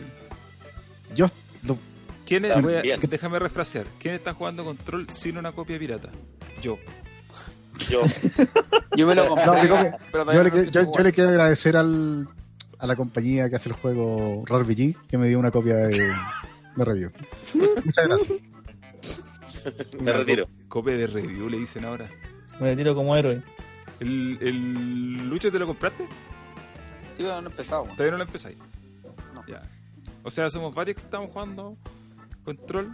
B: Yo lo-
A: ¿Quién es- voy a-
C: También.
A: déjame refrasear. ¿Quién está jugando control sin una copia pirata? Yo. <laughs>
C: Yo, ah.
F: Yo me lo compré,
B: No, digo
F: pero
B: yo,
F: todavía
B: le,
F: no lo
B: que-
F: empecé a
B: yo- yo
F: jugar.
B: le quiero agradecer al, a la compañía que hace el juego RareBG que me dio una copia de, de review. Muchas gracias.
C: me retiro.
A: co- Copia de review le dicen ahora.
D: Me retiro como héroe.
A: ¿El, el Lucho te lo compraste?
F: Sí, pero no he empezado, weón.
A: Todavía no lo empezáis.
F: No.
A: Ya. O sea, somos varios que estamos jugando control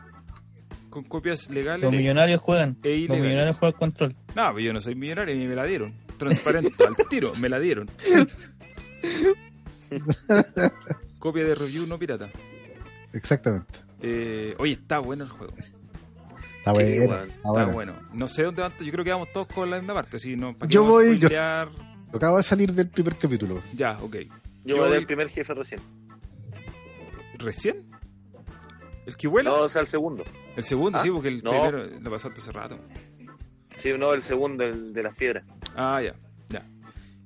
A: con copias legales
D: Los millonarios juegan.
A: e
D: Los
A: ilegales.
D: millonarios juegan control.
A: No, pero yo no soy millonario y me la dieron. Transparente, al tiro, me la
B: <laughs>
A: dieron. Copia de review no pirata.
B: Exactamente.
A: Eh, oye, está bueno el juego.
B: Está
E: Sí,
B: bueno.
E: weón.
B: Está
A: Está
B: bueno.
A: bueno. No sé dónde van. Yo creo que vamos todos con la misma parte. Si no, ¿para qué
B: Yo
A: vamos a
B: voy, yo-
A: spoilear?
B: Acabo de salir del primer capítulo.
A: Ya, ok.
C: Yo
A: Yo
C: voy
A: di-
C: al primer jefe recién.
A: ¿Recién? ¿El que vuela?
C: No, o sea, el segundo.
A: el segundo,
C: Ah,
A: sí, porque el
C: no.
A: primero lo pasaste hace rato.
C: Sí, no, el segundo, el de las piedras.
A: Ah, ya, ya.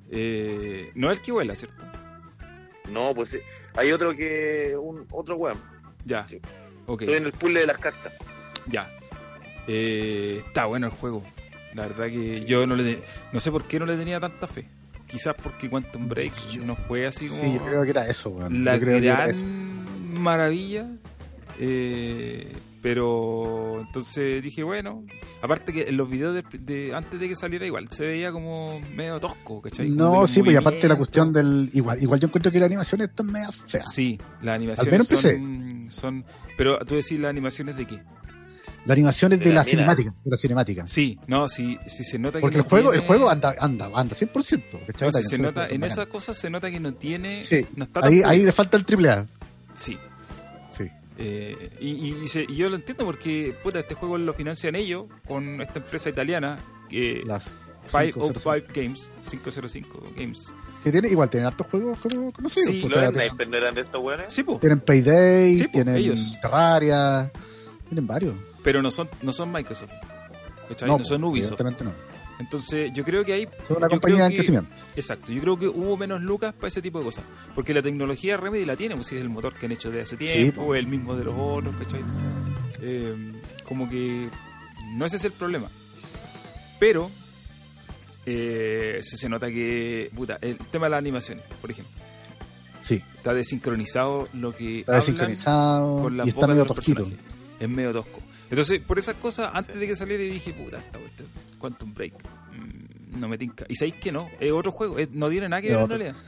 A: Eh, no el que vuela, ¿cierto?
C: No, pues eh, hay otro que. Un, otro weón.
A: Ya.
C: Sí.
A: Ok,
C: Estoy en el puzzle de las cartas.
A: ya. Eh, está bueno el juego. La verdad que yo no le te- no sé por qué no le tenía tanta fe. Quizás porque Quantum Break no fue así como
B: Sí, yo creo que era eso, weón.
A: la
B: Yo creo que era eso.
A: gran maravilla. Eh, pero entonces dije, bueno, aparte que en los videos de, de- antes de que saliera igual, se veía como medio tosco, ¿cachai? Como que
B: No,
A: los
B: sí, pues y aparte la
A: movimientos-
B: cuestión del. Igual, igual yo encuentro que la animación esto es media fea.
A: Sí, las
B: Al menos
A: animaciones son, son. Pero tú decís las animaciones de qué?
B: La animación es de,
C: De la
B: la
C: mina.
B: cinemática. De la cinemática.
A: Sí, no, si, si se nota que.
B: Porque
A: no
B: el juego,
A: tiene-
B: el juego anda, anda, anda, 100%. ¿cachai?
A: no, si
B: La
A: se
B: animación
A: nota,
B: es
A: en
B: bacana.
A: esa cosa se nota que no tiene.
B: Sí,
A: no está tan
B: Ahí,
A: pulida.
B: ahí le falta el triple A.
A: Sí.
B: Sí.
A: Eh, y, y- y se- y yo lo entiendo porque, puta, este juego lo financian ellos con esta empresa italiana, eh,
B: Las
A: 505
B: 505.
A: Games, 505 Games.
B: Que tiene, igual, tienen hartos juegos como conocidos.
A: Sí,
C: ¿No
B: pues,
A: lo
B: o sea,
C: eran
B: tienen,
C: Sniper? ¿No eran de estos weones?
A: Sí, po,
B: tienen Payday,
A: Sí, pues,
B: tienen
A: ellos.
B: Terraria, tienen varios.
A: pero no son, no son Microsoft. ¿cachai? No,
B: pues,
A: son Ubisoft.
B: evidentemente no.
A: Entonces, yo creo que ahí.
B: Son una
A: yo
B: compañía
A: creo
B: en
A: que-
B: crecimiento.
A: Exacto, yo creo que hubo menos lucas para ese tipo de cosas. Porque la tecnología Remedy la tiene, pues si es el motor que han hecho desde hace tiempo,
B: po.
A: el mismo de los otros, ¿cachai? Eh, como que no ese es el problema. Pero eh, se, se nota que, puta, el tema de las animaciones, por ejemplo,
B: Sí,
A: está desincronizado lo que
B: está
A: hablan
B: desincronizado
A: con la
B: y
A: boca
B: está medio
A: de los
B: tosquito.
A: personajes. Es medio tosco. Entonces, por esas cosas, antes de que saliera, dije, puta, esta cuestión, Quantum Break. mm, No me tinca. Y sabéis que no, es otro juego, es- no tiene nada que
B: Es
A: ver en
B: otro.
A: realidad.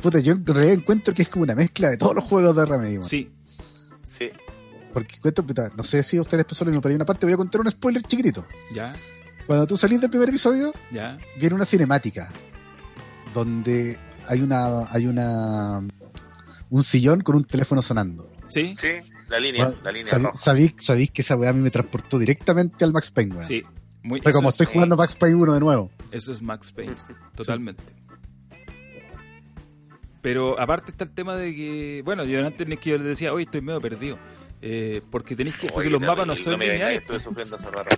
B: Puta, yo en realidad encuentro que es como una mezcla de todos los juegos de Remedy. weón.
A: Sí,
C: Sí.
B: Porque cuento, puta, no sé si a ustedes les pasó lo mismo, pero hay una parte, voy a contar un spoiler chiquitito.
A: ya,
B: Cuando tú salís del primer episodio,
A: ya,
B: viene una cinemática donde hay una hay una un sillón con un teléfono sonando.
A: sí,
C: Sí, la línea,
B: Bueno,
C: la línea
B: Sabí-
C: roja.
B: sabí- sabís que esa weá a mí me transportó directamente al Max Payne, weón.
A: sí. Muy,
B: Fue
A: eso,
B: como
A: es,
B: estoy jugando Max Payne 1 de nuevo.
A: eso es Max Payne, totalmente. Pero aparte está el tema de que, bueno, yo antes ni que yo les decía, hoy estoy medio perdido. eh, porque tenéis que, porque
C: Oye,
A: los
C: te-
A: mapas no son
C: me vengáis,
A: lineales.
C: Estuve sufriendo hace rato.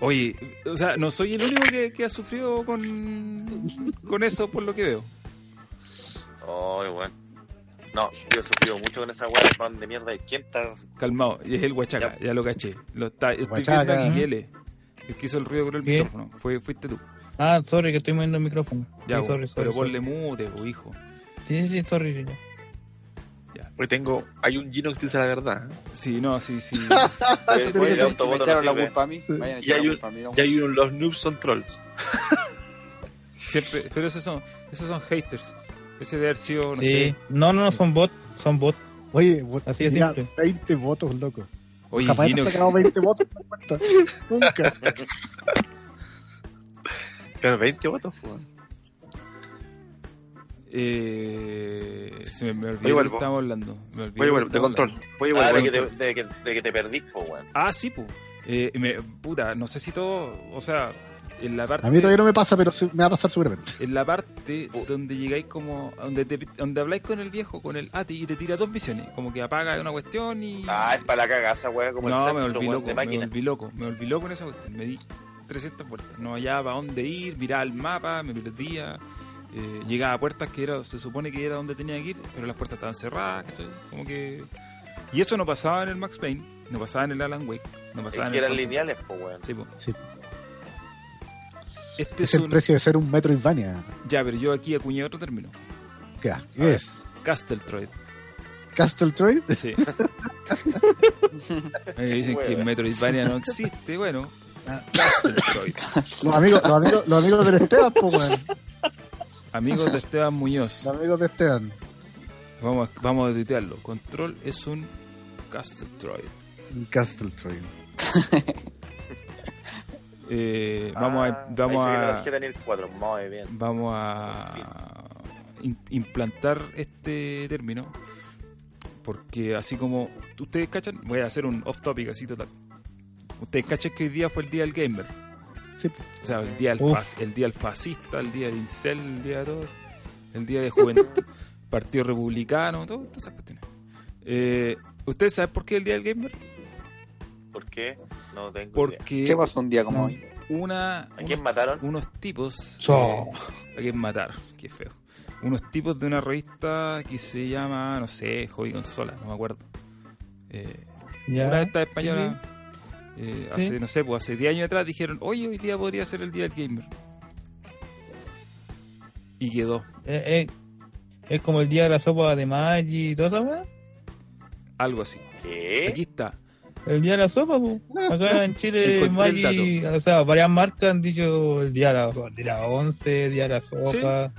A: Oye, o sea, no soy el único que, que ha sufrido con, con eso por lo que veo.
C: Ay, weón. No, yo he sufrido mucho con esa weá de pan de mierda. ¿Y ¿Quién
F: Ah,
C: está?
A: Calmado, y es el huachaca, ya, lo caché. Lo está, estoy
B: Huachaca,
A: viendo a
B: ¿eh?
A: Guille, el que hizo el ruido con el
D: ¿Qué?
A: micrófono. Fue, fuiste tú.
D: Ah, sorry que estoy moviendo el micrófono.
A: Ya,
D: sí, sorry, sorry,
A: pero
D: sorry.
A: ponle mute, po, hijo.
D: Sí, sí, sí, sorry.
E: Hoy tengo. Hay un Gino que dice la verdad. ¿eh?
A: Sí, no, sí,
D: <laughs>
A: sí.
C: Oye,
F: Oye,
C: el
F: me
C: autoboto no
F: echaron la
C: sirve.
F: culpa a mí. Vayan a
E: Y hay
F: echar la
E: un-
F: culpa a mí. no,
E: Y hay un Los Noobs son trolls.
A: Siempre, pero esos son, esos son haters. Ese de haber sido, no
D: sí.
A: sé.
D: No, no, no, son bots. Son bots.
B: Oye, bo-
D: Así de
B: mira,
D: simple.
B: 20 votos, loco.
A: Oye,
B: Jamás
A: Gino,
B: he sacado 20 votos. no cuenta. Nunca.
E: Pero 20 votos, pues, weón.
A: eh, se me, me
E: Oye,
A: olvidó de lo
E: vuelvo.
A: que estábamos hablando. Me olvidé
E: Voy a
A: lo que
E: volver, de
A: estábamos
E: control. Voy a
C: Ah, de
E: volver.
C: que te, de que- de que te perdís, po, weón.
A: Ah, sí, pues. Eh, me- puta, no sé si todo. O sea, En la parte,
B: A mí todavía no me pasa, pero sí- me va a pasar seguramente.
A: en la parte donde llegáis como. Donde, te- donde habláis con el viejo, con el Ati, y te tira dos visiones. Como que apaga una cuestión y.
C: Ah, es para la cagada esa weá, como
A: no,
C: el
A: me
C: centro,
A: volví
C: weón,
A: loco,
C: de
A: me
C: máquina.
A: volví loco, me volví loco en esa cuestión. Me di 300 vueltas. No hallaba a dónde ir, miraba el mapa, me perdía. eh, llegaba a puertas que era, se supone que era donde tenía que ir, pero las puertas estaban cerradas, ¿cachai? Como que... Y eso no pasaba en el Max Payne, no pasaba en el Alan Wake, no
C: Es
A: pasaba en
C: que
A: el...
C: eran
A: Phantom.
C: lineales, pues weón.
A: Sí, po.
B: Sí.
A: Este
B: Es
A: es,
B: el
A: un...
B: precio de ser un Metroidvania.
A: Ya, pero yo aquí acuñé otro término.
B: ¿Qué asco.
C: A ver.
B: es?
A: Casteltroid.
B: ¿Castle Troid?
C: <laughs>
A: Sí. Eh, dicen que
C: Hueva.
A: Metroidvania no existe, bueno.
B: Ah.
A: Casteltroid.
B: Los amigos, los amigos, los amigos del Esteban, pues, weón.
A: Amigos de Esteban Muñoz.
B: Los amigos de Esteban.
A: Vamos, a- vamos a tuitearlo. Control es un Castle Troy.
B: Castle Troid.
A: Eh, vamos
C: Ah,
A: a. Vamos
C: ahí se ve la
A: a,
C: tarjeta en el 4, muy bien.
A: vamos a in- implantar este término. Porque así como. Ustedes cachan. Voy a hacer un off topic así total. Ustedes cachan que hoy día fue el día del gamer.
B: Sí, pues.
A: O sea, el día del,
D: Uf.
A: fas- el día del fascista, el día del incel, el día de todo. El día de juventud, partido republicano, todo, todas esas cuestiones. Eh, ¿Ustedes saben por qué el día del gamer?
C: ¿Por qué? No tengo idea.
A: Porque
F: ¿Qué pasó un día como hoy?
A: una
C: ¿A
A: unos,
C: quién mataron?
A: unos tipos
D: So.
A: eh, a quien matar, qué feo. Unos tipos de una revista que se llama, no sé, Hobby Consola, no me acuerdo. Eh,
D: Ya.
A: una revista española. eh, hace, no sé, pues hace 10 años atrás dijeron, oye, hoy día podría ser el día del gamer. Y quedó.
D: Eh, eh, es como el día de la sopa de Maggi y toda esa weá.
A: Algo así. Aquí
C: ¿Qué?
A: está.
D: El día de la sopa, po. Acá en Chile,
A: <laughs> Encontré el
D: Maggi, o sea, varias marcas han dicho el día de la, el día de la once, el día de la sopa,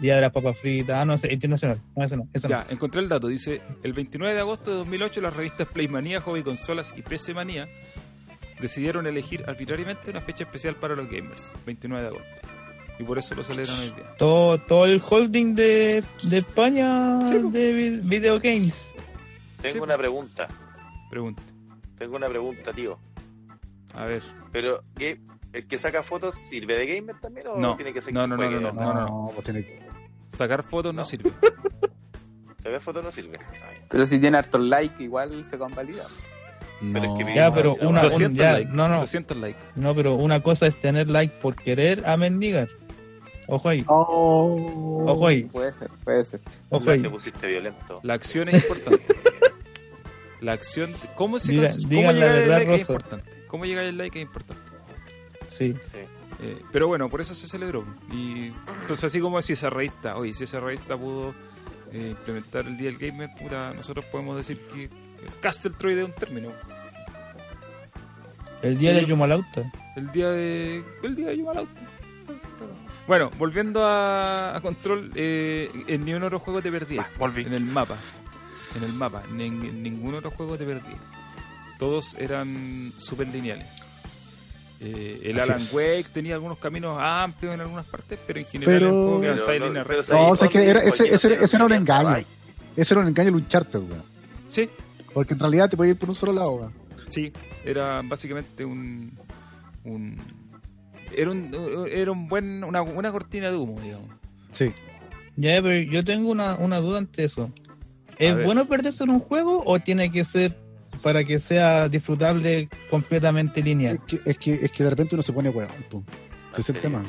D: día de las papas fritas. Ah, no, ese- internacional. No, eso no. Eso
A: Ya, encontré el dato. Dice, el 29 de agosto de 2008 las revistas Playmanía, Hobby Consolas y PC Manía decidieron elegir arbitrariamente una fecha especial para los gamers, 29 de agosto. Y por eso lo celebran hoy día.
D: no. Todo, todo el holding de, de España
A: Sí, po.
D: de vi- video games.
A: Sí.
C: Tengo una pregunta.
A: Pregunta.
C: Tengo una pregunta, tío.
A: A ver.
C: Pero, ¿qué- ¿el que saca fotos sirve de gamer también o
A: No.
C: Oh, tiene que ser
A: No,
C: que
A: no, no,
C: juegue?
A: no, no.
B: No, no, no. Pues tiene que...
A: Sacar fotos no,
C: No.
D: <laughs>
A: sirve.
C: Se ve fotos no sirve. Ah, ya.
F: Pero si tiene hartos likes, igual se convalida.
C: Pero es que
B: No.
C: mi-
D: Ya, pero
C: no,
D: una, un-
A: 200
D: ya,
A: likes.
D: no, no,
A: 200 likes.
D: no, pero una cosa es tener like por querer a mendigar. Ojo ahí,
A: Ah,
B: Oh.
D: ojo ahí,
F: Puede ser, puede ser.
D: ojo ahí.
C: Te pusiste
A: <laughs>
C: violento. Eh,
A: La acción
D: <laughs>
A: es importante. La acción... ¿Cómo, se
D: Diga-
A: cons-
D: digan
A: cómo
D: la
A: llegar al
D: verdad,
A: like es
D: Rosso.
A: importante? ¿Cómo llegar al like es importante?
D: Sí.
C: Sí.
A: Eh, pero bueno, por eso se celebró. Y entonces así como si esa revista, oye, si esa revista pudo eh, implementar el Día del Gamer, puta, nosotros podemos decir que el Castle Troy es un término.
D: El día
A: Sí.
D: de Yumalauta.
A: El día de. El día de Yumalauta. Bueno, volviendo a, a Control, eh, en ningún otro juego te perdí.
E: Ah, volví.
A: En el mapa. En el mapa. ni- En, ningún otro juego te perdí. Todos eran súper lineales. Eh, el
B: Así
A: Alan
B: es.
A: Wake tenía algunos caminos amplios en algunas partes, pero en general
B: Pero-
A: era un juego que
C: Pero
A: avanzaba en
C: no-
A: línea
C: pero
A: recta.
C: ¿sabes
B: No, o sea,
C: dónde
B: que era-
C: dijo
B: ese-
C: que no
B: ese-
C: sirve
B: ese era un
C: de
B: engaño.
C: gamer?
B: Ese era un engaño lucharte, weón.
A: Sí,
B: Porque en realidad te puedes ir por un solo lado, weón.
A: sí. Era básicamente un. un era un, era un buen, una, una cortina de humo, digamos.
B: Sí.
D: Ya, pero yo tengo una, una duda ante eso.
A: A
D: ¿Es
A: ver.
D: bueno perderse en un juego o tiene que ser para que sea disfrutable completamente
B: Es
D: lineal?
B: que, es, que, es que de repente uno se pone weón. po. Ese es el tema.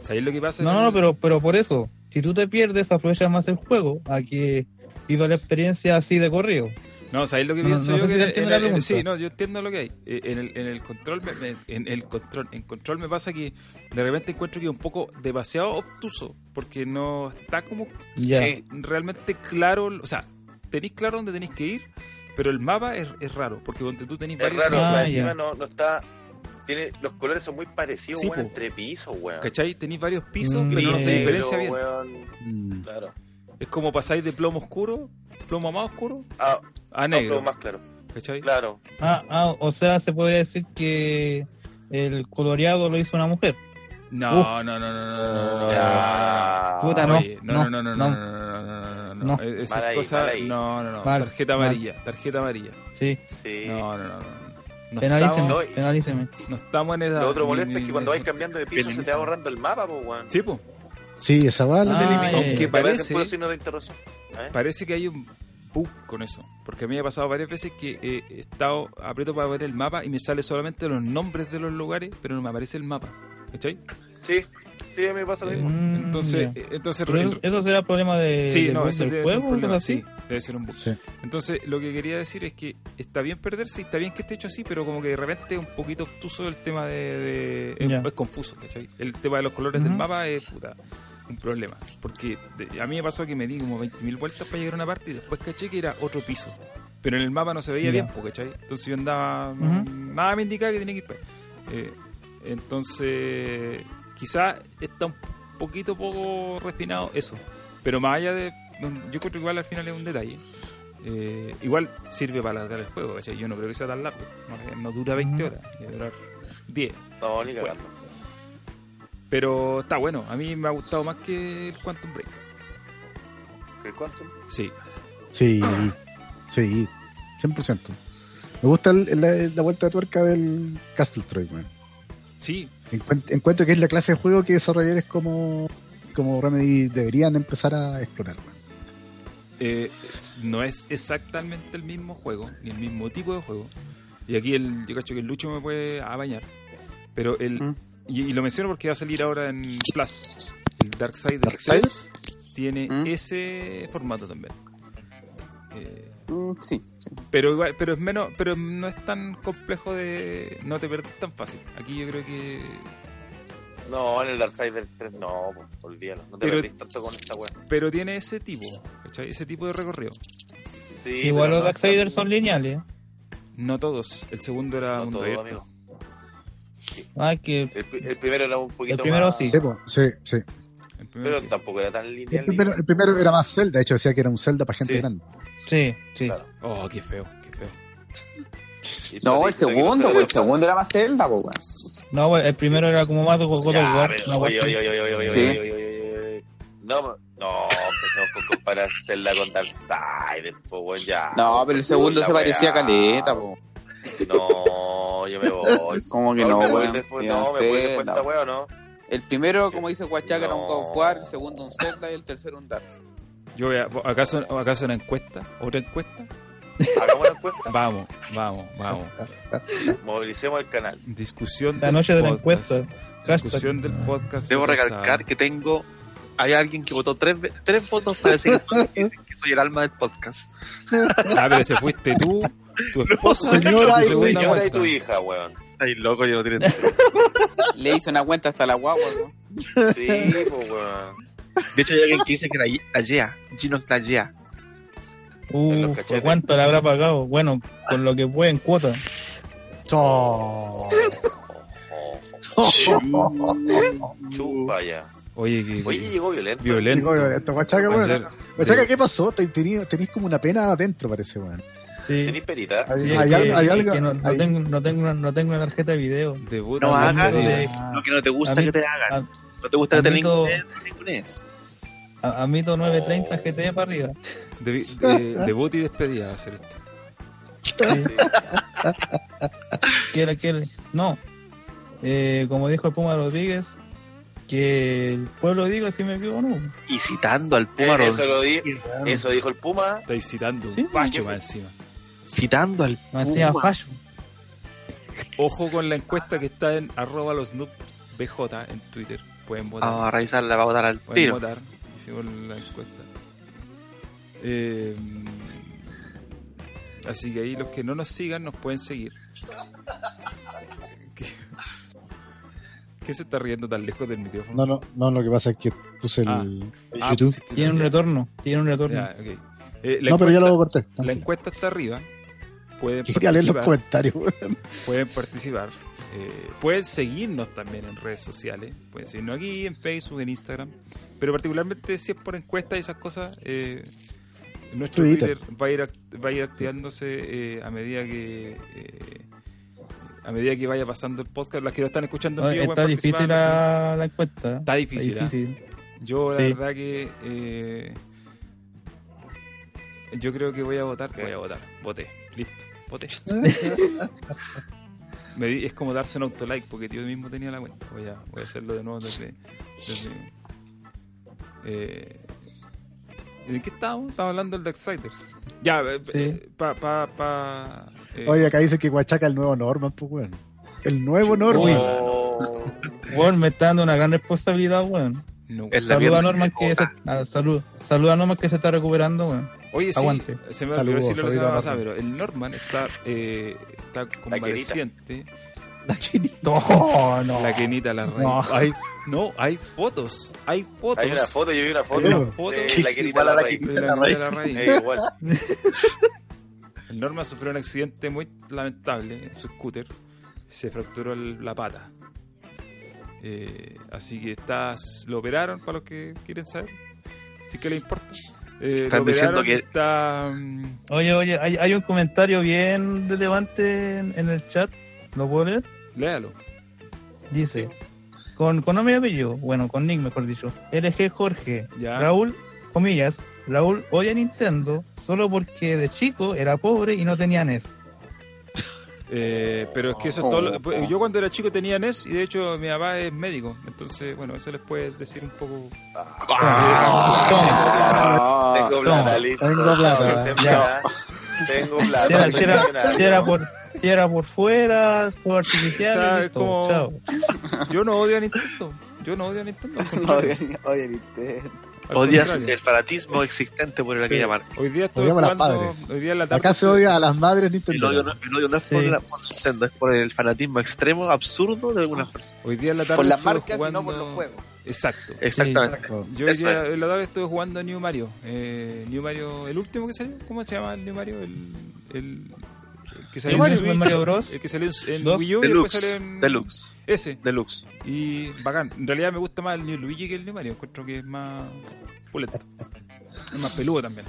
A: ¿Sabéis lo que pasa?
D: No,
A: en
D: no,
A: el-
D: no, pero, pero por eso, si tú te pierdes, aprovecha más el juego a que viva la experiencia así de corrido.
A: No, ¿sabéis lo que
D: No,
A: pienso
D: no
A: yo? que
D: sé si
A: en
D: se
A: el-
D: entiende
A: en
D: la
A: el-
D: pregunta.
A: sí, no, yo entiendo lo que hay. Eh, En el, en el control, me- me- en el control, en control me pasa que de repente encuentro que es un poco demasiado obtuso, porque no está como
D: Ya.
C: Sí.
A: realmente claro, o sea, tenéis claro dónde tenéis que ir, pero el mapa es, es raro, porque donde tú tenéis
C: Es
A: varios
C: raro,
D: Ah,
C: más
D: ya.
C: encima no, no está. Tiene, los colores son muy parecidos,
A: Sí,
C: weón,
A: po.
C: entre pisos, weón.
A: ¿cachai? Tenéis varios pisos,
D: Mm.
A: pero no se
D: Gris,
A: diferencia bien.
C: weón,
B: Mm.
C: claro.
A: Es como pasáis de plomo oscuro, plomo más oscuro,
C: Ah,
A: a
C: no,
A: negro,
C: pero más claro.
A: ¿cachai?
C: Claro.
D: Ah, ah, o sea, se podría decir que el coloreado lo hizo una mujer.
A: No, no, no, no, no, no, no, no, no, no.
C: Ah,
D: Puta, no.
A: Oye, no, no, no, no, no, no, no, no, no, no,
D: no.
A: Eh, esas
C: Mal ahí,
A: cosas-
C: mal ahí.
A: no, no, no,
D: Mal,
A: tarjeta
D: mal.
A: amarilla, tarjeta amarilla,
D: Sí.
C: Sí.
A: no, no, no, no, no. No
D: Penalíceme,
A: estamos,
C: no, y-
D: penalíceme.
A: no estamos en edad.
C: Lo otro
A: ni-
C: molesto
A: ni-
C: es que
A: ni-
C: cuando vais cambiando de piso se te va
E: Penaliza.
C: borrando el mapa, pues, weón.
A: Sí, po.
B: Sí, esa bala.
D: Ah,
A: Aunque
C: Te
D: eh,
C: aparecen
A: parece,
C: puros signos de interrogación. ¿eh?
A: parece que hay un bug con eso. Porque a mí me ha pasado varias veces que eh, he estado aprieto para ver el mapa y me sale solamente los nombres de los lugares, pero no me aparece el mapa. ¿Cachai?
C: Sí, sí, a mí me pasa lo
A: Eh,
C: mismo.
D: Mm,
A: entonces,
D: ya.
A: eh, entonces
D: Pero
A: el-
D: eso, eso será problema de,
A: Sí,
D: de
A: no,
D: bug
A: ese
D: del
A: debe ser
D: juego
A: un
D: o algo
A: problema,
D: así.
A: sí, debe ser un bug.
B: Sí.
A: Entonces, lo que quería decir es que está bien perderse y está bien que esté hecho así, pero como que de repente es un poquito obtuso el tema de... de- es,
D: Ya.
A: es confuso, ¿cachai? El tema de los colores del
D: Ujú.
A: mapa es, puta, un problema. Porque de- a mí me pasó que me di como 20.000 vueltas para llegar a una parte y después caché que era otro piso. Pero en el mapa no se veía
D: Ya.
A: bien, po, ¿cachai? Entonces yo andaba... mm,
D: Ujú.
A: Nada me indicaba que tenía que ir para... Eh, entonces, quizás está un poquito poco refinado eso. Pero más allá de. Yo creo que igual al final es un detalle. Eh, igual sirve para alargar el juego, ¿cachai? Yo no creo que sea tan largo. No, no dura 20
D: Mm.
A: horas, debe durar 10.
C: No, ni cagando.
A: Pero está bueno, a mí me ha gustado más que el Quantum Break.
C: ¿Qué cuánto?
A: Sí,
B: Sí, sí, 100%. Me gusta el- la, la vuelta de tuerca del Castle Troy, weón.
A: sí,
B: Encuent- encuentro que es la clase de juego que desarrolladores como, como Remedy deberían empezar a explorar. weón.
A: eh, es- no es exactamente el mismo juego, ni el mismo tipo de juego. Y aquí el, yo cacho que el Lucho me puede apañar. Pero el.
E: Mm.
A: Y, y lo menciono porque va a salir ahora en Plus. El Darkseid
B: Darkseid.
A: 3 tiene
E: Mm.
A: ese formato también. Eh,
F: Mm, sí.
A: pero igual, pero es menos, pero no es tan complejo de. No te perdés tan fácil. Aquí yo creo que.
C: No, en el Darksiders 3 no, pues, olvídalo. No te
A: Pero-
C: perdís tanto con esta weá.
A: Pero tiene ese tipo, ¿cachai? Ese tipo de recorrido.
C: Sí,
D: Igual
C: pero
D: los
C: no es
D: Darksiders
C: tan-
D: son lineales. ¿eh?
A: No todos. El segundo era
C: no
A: mundo
C: todo,
A: abierto.
C: amigo.
D: Ah, que
C: El, pri- el primero era un poquito
D: El primero
C: más-
D: sí.
B: Sí, po, sí, sí.
A: El primero
C: Pero
A: sí.
C: tampoco era tan
B: El
C: lineal.
B: primero, el primero era más Zelda, de hecho decía que era un Zelda para gente
C: Sí.
B: grande.
D: sí, sí.
C: Claro.
A: Oh, qué feo, qué feo.
C: Y tú
F: No, el
C: dijiste que no
F: segundo,
C: se
F: güey. El
C: veía-
F: segundo era más Zelda, po, weón.
D: No, bueno, el primero era como más de God of
C: Ya,
D: War.
C: pero,
D: una
C: oye,
D: cosa.
C: oye, oye, oye, oye,
F: Sí.
C: oye, oye, oye, oye. No, no, empecemos con comparar Zelda con Darksiders, po, weón, ya.
F: No, pero el segundo
C: La
F: se
C: weá.
F: parecía a Caleta, po.
C: No, yo me voy.
F: <laughs> Como que
C: No,
F: no,
C: me voy
F: weón.
C: después,
F: Sí,
C: no,
F: era
C: me voy después de
F: Zelda,
C: esta
F: po.
C: weá, ¿no?
F: El primero, como dice Huachaca, era un
C: No.
F: God of War, el segundo un Zelda y el tercero un Dark. Souls.
A: Yo voy a- ¿acaso, ¿Acaso una encuesta? ¿Otra encuesta?
C: Hagamos una encuesta,
A: Vamos, vamos, vamos.
C: movilicemos el canal.
A: Discusión
D: La noche de la
A: podcast.
D: encuesta.
A: Discusión
D: Hashtag.
A: del podcast.
E: Debo
A: fracasado.
E: recalcar que tengo. Hay alguien que votó tres, ve- tres votos para decir que dicen que soy el alma del podcast.
A: Ah, pero se fuiste tú, tu esposa,
B: señora
A: tu
B: y
C: Tu
A: segunda
C: señora y
A: vuelta.
C: tu hija, weón.
E: Ay, loco, yo no tiene.
F: Le hice una cuenta hasta la guagua, po.
C: Sí, pues, weón.
E: De hecho, hay alguien que dice que era Allea, Gino está Allea.
C: En los
D: Uh,
C: cachetes.
D: ¿Cuánto le habrá pagado? Bueno, con lo que puede en cuota.
B: Oh. <laughs>
C: Ojo, Oh, Chupa ya.
A: Oye, que,
C: Oye, llegó violento.
A: violento.
B: Digo, esto, guachaca,
A: Puede
B: weón.
A: ser.
B: Guachaca, ¿qué pasó? Ten- tení- Tenís como una pena adentro, parece, weón.
D: Sí.
C: ¿Tenís perita?
B: Hay,
D: Sí, es
B: hay
D: que-
B: al- hay
D: es
B: algo-
D: que no, no
B: hay-
D: tengo, no, tengo una, no tengo una tarjeta de video.
A: Debut
E: No
A: hablando
E: hagas
A: de-
D: de-
E: lo que no te gusta
D: A mí-
E: que te hagan.
D: a-
E: No te gusta que te
D: Amigo-
E: linken, te ningunees.
D: a- Admito
C: Oh.
D: 930 GT para arriba.
A: de- de- debut y despedida va a ser este.
D: Sí.
C: Sí.
D: que, que- no. Eh, como dijo el Puma Rodríguez, que el pueblo diga si me vio o no.
E: Y citando al
C: Eh,
E: Puma
C: Eso
E: Rodríguez.
C: lo di. Eso dijo el Puma.
A: Estáis citando
D: Sí,
A: un pacho
C: yo-
A: más encima.
E: Citando al
D: Me hacía
E: Puma.
D: fallo.
A: Ojo con la encuesta que está en arroba los noobs BJ en Twitter. Pueden votar.
E: Vamos a revisarla, vamos a dar al
A: Pueden
E: tiro.
A: votar. Hicimos la encuesta. Eh, así que ahí los que no nos sigan nos pueden seguir. ¿Qué, qué se está riendo tan lejos del micrófono?
B: No, no, no, lo que pasa es que puse el,
A: Ah.
B: el
A: Ah,
B: YouTube.
A: pusiste
D: Tiene un
A: también.
D: retorno. Tiene un retorno.
A: Ya, ok. Eh, la
B: No, pero ya
A: encuesta-
B: lo corté.
A: La
B: tranquilo. pues.
A: encuesta está arriba.
B: <laughs>
A: Pueden
B: Quería leer los
A: participar.
B: comentarios, weón.
A: Pueden participar. Eh, pueden seguirnos también en redes sociales. Pueden seguirnos aquí, en Facebook, en Instagram. Pero particularmente si es por encuesta y esas cosas, eh, nuestro Twitter,
B: Twitter.
A: va, a ir act- va a ir activándose eh, a medida que... eh, a medida que vaya pasando el podcast, las que lo están escuchando en
D: Oye,
A: vivo
D: está
A: pueden participar.
D: difícil la, la encuesta.
A: Está difícil,
D: Está
A: ¿ah?
D: difícil.
A: Yo la
D: Sí.
A: verdad que... eh,
D: <laughs>
A: yo creo que voy a votar. Voy a votar. Voté. Listo. Voté. Me di- es como darse un autolike porque yo mismo tenía la cuenta. Voy a, voy a hacerlo de nuevo desde. desde- eh, ¿De qué estábamos? Estábamos hablando del Darksiders. Ya, eh,
D: Sí.
A: eh, pa, pa, pa, eh,
B: Oye, acá dice que Huachaca es el nuevo Norman, pues, weón. El nuevo Norman.
C: Oh.
A: ¿ah?
D: Weón, me está dando una gran responsabilidad, weón.
A: no.
E: Es
D: Saluda
E: la
D: a
E: mierda
D: Norman
E: que-
D: que se, ah, salud, saluda a Norman que se está recuperando, weón.
A: Oye, sí,
D: Aguante.
A: se me
B: Saludos,
A: olvidó decirlo la semana
B: saludos,
A: pasada, pero el Norman está, eh, está convaleciente.
B: La que-
D: No, no.
A: La quenita, la reina.
D: No.
A: Hay, no, hay fotos. Hay fotos.
C: Hay una foto, yo vi una foto.
B: Hay una
A: foto.
C: De la querida
F: Igual a
C: la
F: la
C: Rey.
A: de la quenita, la reina.
C: Eh, igual.
A: El Norma sufrió un accidente muy lamentable en su scooter. Se fracturó el- la pata. Eh, así que está, lo operaron para los que quieren saber. Así que le importa. Eh,
E: Están
A: lo
E: diciendo
A: operaron,
E: que-
A: está, mm,
D: Oye, oye, hay, hay un comentario bien relevante en, en el chat. ¿Lo puedo leer?
A: léalo.
D: Dice, con, con nombre y apellido, bueno, con nick mejor dicho, LG Jorge,
A: Ya.
D: Raúl, comillas, Raúl odia Nintendo solo porque de chico era pobre y no tenía E NES.
A: Eh, pero es que eso es todo.
F: Oh.
A: lo- pues, Yo cuando era chico tenía NES y de hecho mi papá es médico. Entonces, bueno, eso les puede decir un poco. Ah.
F: Ah.
D: Toma.
C: Tengo
D: toma.
C: plata, listo.
B: Tengo plata.
C: Tengo
D: Ya.
C: plata. ¿eh? Tengo plata.
D: Si era,
C: soy
D: si era-
C: millonario.
D: si era por, si era por fuera, por artificial,
A: O sea,
D: listo,
A: como-
D: chao.
A: Eh, Yo no odio a Nintendo. Yo no odio a
F: <laughs>
A: Nintendo. al contrario.
F: <laughs> Oye, oye, Nintendo.
A: Al
E: Odias
A: contrario.
E: el fanatismo existente por aquella marca.
A: Hoy día estoy
B: Odiamos a las
A: jugando.
B: padres.
A: Hoy día en la tarde.
B: Acá se odia a las madres
E: El odio no,
B: Nintendo.
E: el odio no es por,
D: Sí.
E: la, por Nintendo, es por el fanatismo extremo, absurdo de algunas personas.
A: Hoy día en la tarde.
F: Por las
A: estuve
F: marcas y no por
A: jugando-
F: los juegos.
A: Exacto.
E: Exactamente.
B: Exacto.
A: Yo hoy
E: Eso
A: día, en la tarde estuve jugando New Mario. Eh, New Mario, el último que salió. ¿Cómo se llama el New Mario? El, el, el que salió
D: New Mario,
A: en Switch,
D: Mario Bros.
A: El que salió en- en
D: Dos.
A: Wii U y después
E: Deluxe,
A: salió en.
E: deluxe,
A: Ese.
E: deluxe.
A: Y bacán. En realidad me gusta más el New Luigi que el New Mario. Encuentro que es más pulento. Es más peludo también.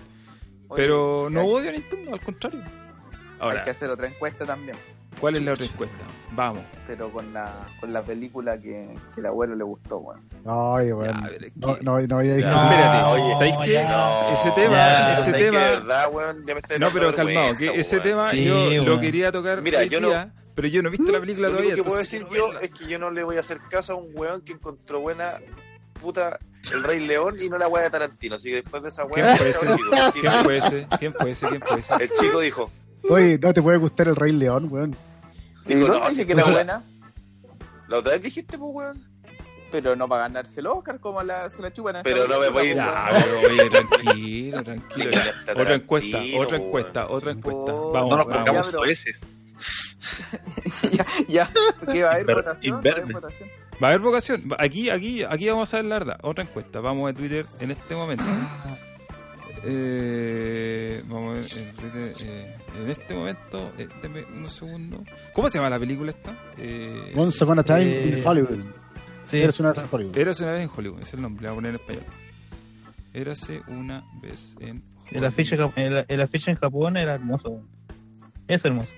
F: Oye,
A: Pero no
F: hay-
A: odio a Nintendo, al contrario.
F: Hay
A: Ahora,
F: que hacer otra encuesta también,
A: ¿cuál es la otra encuesta? Vamos.
F: pero con la, con la película que, que el abuelo le gustó, weón.
B: Oye, weón.
A: Ya, pero es que-
B: No, no, no había dicho.
A: No, espérate.
D: oye.
A: ¿Sabes qué?
C: No.
A: Ese tema,
D: Ya.
A: ese
C: ¿Sabes qué?
A: tema.
C: De verdad, weón, ya me está
A: No,
C: dando
A: pero calmado,
C: vergüenza,
A: que ese
C: weón.
A: tema
D: Sí,
A: yo lo
D: weón.
A: quería tocar
C: Mira,
A: hoy
C: yo no-
A: día, pero yo no he visto la película
C: Lo
A: todavía.
C: único que puedo
A: entonces
C: decir
A: quiero
C: yo
A: verla.
C: es que yo no le voy a hacer caso a un weón que encontró buena puta el Rey León y no la weá de Tarantino. Así que después de esa weá,
A: ¿Quién fue
C: chao,
A: ese?
C: chico, Tarantino.
A: ¿Quién
C: <laughs>
A: puede ser? ¿Quién puede ser? ¿Quién puede ser?
C: El chico dijo,
B: Oye, no te puede gustar el Rey León, weón.
F: ¿Y
C: Digo,
F: dónde
C: no,
F: dice
A: <laughs>
F: que era
C: no.
F: buena?
C: la otra vez dijiste, pues weón.
F: Pero no para ganarse el Oscar, como la, se la chupan. a
C: Pero
F: esta
C: no me
F: película,
C: voy a-
F: pues,
A: Ya,
F: weón.
A: pero oye, tranquilo, tranquilo. ya.
C: Hasta
A: Otra encuesta,
C: Tarantino,
A: otra
C: pues,
A: encuesta, otra encuesta.
F: Oh,
A: Vamos,
E: No nos
A: vamos.
E: pongamos
F: pero-
E: jueces.
F: <laughs> Ya, ya, que va a haber
E: Inver-
F: votación, va a
E: inverde.
F: haber votación.
A: Va a haber vocación. Aquí, aquí, aquí vamos a ver la verdad. Otra encuesta. Vamos a Twitter en este momento. Eh, vamos a ver en Twitter, eh, en este momento. eh, denme unos segundos. ¿Cómo se llama la película esta? Eh,
B: Once upon a time
D: Eh,
B: in Hollywood.
D: Sí,
B: Eres una vez en Hollywood.
A: Érase una vez en Hollywood. Es el nombre. Le voy a poner en español. Érase una vez en Hollywood.
D: el, afiche, cap- el, el afiche en Japón era hermoso. weón. Es hermoso.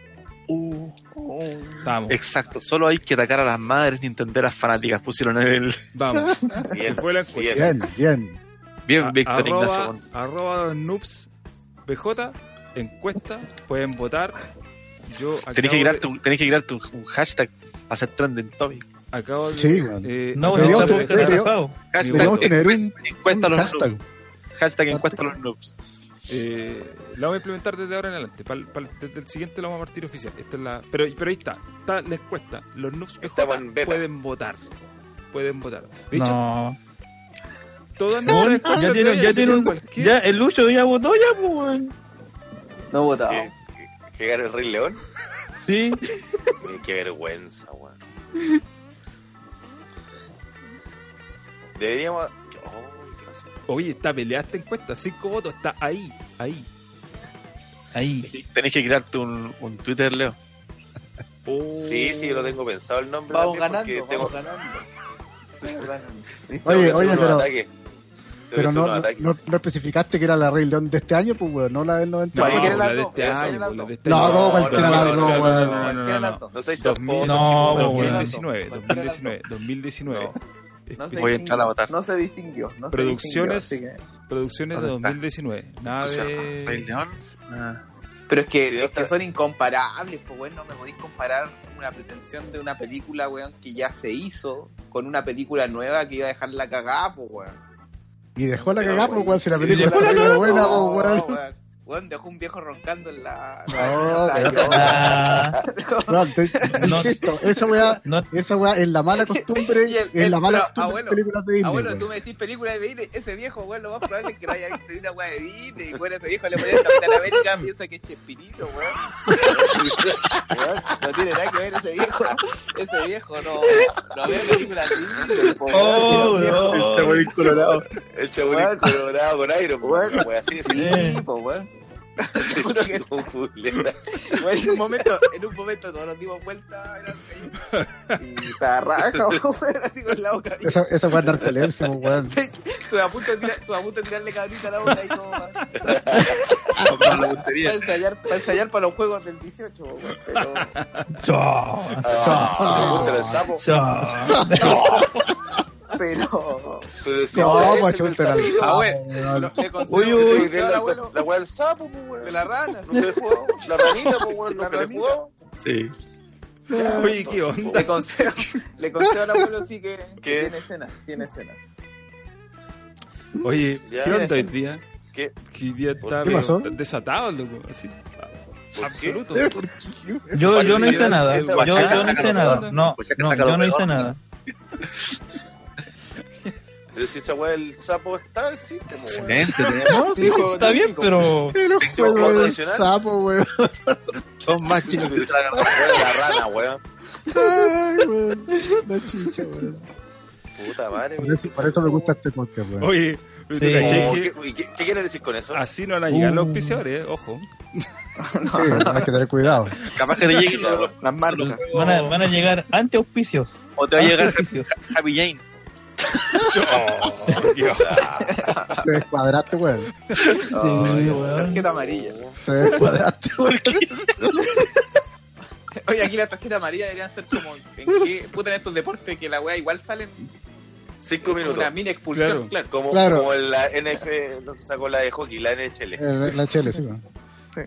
A: Uh, oh. Vamos,
E: Exacto, solo hay que atacar a las madres nintenderas fanáticas. Pusieron el.
A: vamos.
E: <laughs>
A: Se
C: Bien,
A: fue la encuesta.
C: bien.
B: Bien, bien.
E: Bien,
A: A-
E: Víctor Ignacio.
A: arroba,
E: Montt.
A: arroba noobs PJ, encuesta, pueden votar. Yo
E: Tenés que,
A: acabo de-
E: crearte un, tenés que crearte un, un hashtag para ser trending topic.
A: Acabo de.
B: Sí, weón.
A: eh,
D: No,
A: acabo
D: no
A: de-
B: Deberíamos-
D: está porque está
B: deberíamos-
D: casado.
E: Hashtag,
B: Deberíamos tener un
E: encuesta a los
B: hashtag.
E: noobs. Hashtag encuesta a los noobs.
A: eh, la vamos a implementar desde ahora en adelante. Pal- pal- desde el siguiente lo vamos a partir oficial. Esta es la, pero, pero ahí está. Está la encuesta. Los noobs PJ
C: Estamos en beta.
A: pueden votar. Pueden votar. De hecho,
D: No.
A: todas
D: Weón,
A: nuestras encuestas
D: ya tiene, ya
A: deberían
D: tiene
A: tener
D: un.
A: cualquier-
D: Ya, el Lucho ya votó, ya, pues, weón.
F: No he votado.
C: Que- que- Que gane el Rey León.
D: Sí.
C: Eh, Qué vergüenza, weón. Deberíamos. Ay, qué pasó.
A: Oye, está peleada esta encuesta. Cinco votos. Está ahí. Ahí.
D: Ahí.
E: Tenés que crearte un, un Twitter, Leo.
C: Sí, sí, yo lo tengo pensado el nombre.
F: Vamos
C: también, porque tengo-
F: ganando, vamos ganando. Vamos ganando.
C: tengo que
B: Oye,
C: hacer
B: oye,
C: unos
B: pero-
C: ataques. Tengo
B: Pero
C: que hacer
B: no,
C: unos
B: no,
C: ataques.
B: no- no especificaste que era la Rey León de este año, pues, weón. No la del
A: No,
B: 90.
F: ¿Sabes quién
A: la
F: era el
A: de
F: alto?
A: este
F: ¿Quién era
A: año,
F: el
A: pues,
F: alto?
A: la de este
B: No,
A: año.
B: no, cualquiera
A: no,
B: la- no,
A: no, no,
B: weón.
A: no, no,
F: Cualquiera la
A: no.
F: alto.
C: No seas
A: Dos mil-
C: tramposo,
D: no,
C: chico.
D: weón.
A: 2019,
F: Cualquiera
A: 2019, 2019.
F: No se
A: Espe-
E: Voy a entrar a votar.
F: No se distinguió. No se
A: Producciones-
F: distinguió, así que-
A: Producciones de
E: ¿Dónde está?
A: 2019. Nada
E: Rey
A: de.
E: León. ah,
F: Pero es
C: Sí,
F: que, es
C: otra-
F: que son incomparables, pues weón, no me podéis comparar una pretensión de una película, weón, que ya se hizo con una película nueva que iba a dejar la cagada, pues weón.
B: Y dejó la cagada, pues, weón, si la
F: Sí,
B: película
F: dejó la
B: está buena,
F: No,
B: pues, weón.
F: weón. Weón, dejó un viejo roncando en la...
B: No,
F: en la-
A: <laughs>
D: Ah,
B: No, te-
D: No.
B: insisto, esa weá,
D: no,
B: esa weá es la mala costumbre,
F: <laughs> Y el-
B: es la
F: el-
B: mala
F: pero,
B: costumbre de
F: abuelo,
B: las películas de
F: Ah,
B: Disney.
F: bueno,
B: weón.
F: tú me decís películas de Disney, ese viejo, weón, lo más probable es que no haya visto ni una weá de Disney, weón, ese viejo le pone el Capitán América, piensa que es Chespirito, weón. Weón, No tiene nada que ver ese viejo, ese viejo no, no ve películas de Disney, po, weón, si los
D: Oh,
F: viejos-
D: no.
E: Este colorado.
C: El chabulín
F: Bueno.
C: colorado con Iron Man.
F: Bueno.
C: una wea así de
D: Sí.
F: Sí, po, weón. Puta que-
C: culera.
F: weón, en un momento, en un momento todos nos dimos vuelta, era así, y estaba raja, <laughs> weón, así con la boca
B: Esa, esa weá es narcolepsia, pues,
F: <laughs>
B: weón.
F: Estuve a punto de, tirar- estuve a punto de tirarle cabrita a la boca y como para
E: Con la puntería.
F: ensayar, para ensayar para los juegos del 18. weón,
C: <laughs>
F: Pero,
D: chao,
C: Ah, pregúntale al sapo.
D: chao.
F: pero
C: Pero si
B: No,
C: ahora
B: pues,
C: ese es el
B: chúntale al
C: sapito.
F: ah, bueno, le
E: Uy,
F: concedo
E: uy,
F: que
C: Ese
F: se
C: video
F: al
C: la-
F: abuelo
C: La wea del sapo, pues, weón.
F: de la rana.
C: Nunca le he jugado. La ranita, pues, weón.
F: La
C: Nunca le he
F: ranita.
C: jugado.
E: Sí.
A: Oye, ¿qué onda?
F: Le concedo, le concedo al abuelo sí que, que
C: ¿Qué?
F: tiene escenas, tiene escenas.
A: Oye,
C: Ya.
A: ¿qué onda hoy día?
C: ¿Qué?
A: Que hoy día está
B: ¿Qué
A: pero
B: pasó?
A: está desatado, loco. Así. Absoluto.
B: ¿Por qué, weón?
D: Yo, yo no hice nada,
C: Esa
D: yo, yo no
E: guachaca
D: hice
E: saca
D: nada,
A: onda.
D: no,
E: Guachaca
D: no,
E: saca
D: yo no
E: lo
D: hice
E: peor.
D: nada.
C: Pero si esa wea del sapo está, existe, pues, weón.
E: Excelente.
D: No, sí,
F: juego
D: está bien,
F: típico.
D: pero
B: Pero
C: juego
B: juego del
C: tradicional.
B: sapo, weón.
E: Son más chicos que la
C: La wea de la rana, weón.
B: Ay,
F: <laughs>
B: weón. La chicha, weón.
C: Puta madre,
B: Por eso, por eso me gusta este podcast, weón.
A: Oye, ¿tú
D: Sí.
A: cachai
C: Oh,
A: que
C: ¿qué, uy, ¿qué, ¿Qué quieres decir con eso?
A: así no van a llegar los
D: Uh.
A: auspiciadores, eh? ojo.
B: Sí, hay que tener cuidado.
E: Capaz que te
A: <laughs>
E: lleguen los- los-
F: Las marcas.
D: van a, van a llegar ante auspicios.
E: O te va a llegar
D: Auspicios.
E: Happy Jane.
A: Oh, Dios.
B: Te descuadraste, weón.
F: Ay,
D: weón.
F: tarjeta amarilla.
B: Te
F: <laughs>
B: descuadraste.
F: Oye, aquí las tarjetas amarillas deberían ser como en qué puta en estos deportes que la wea igual salen
C: Cinco
F: como
C: minutos.
F: una mini expulsión, claro.
C: Como,
B: Claro.
C: como en la NF, lo que sacó la de hockey, la NHL.
B: Eh, La chele, sí, weón.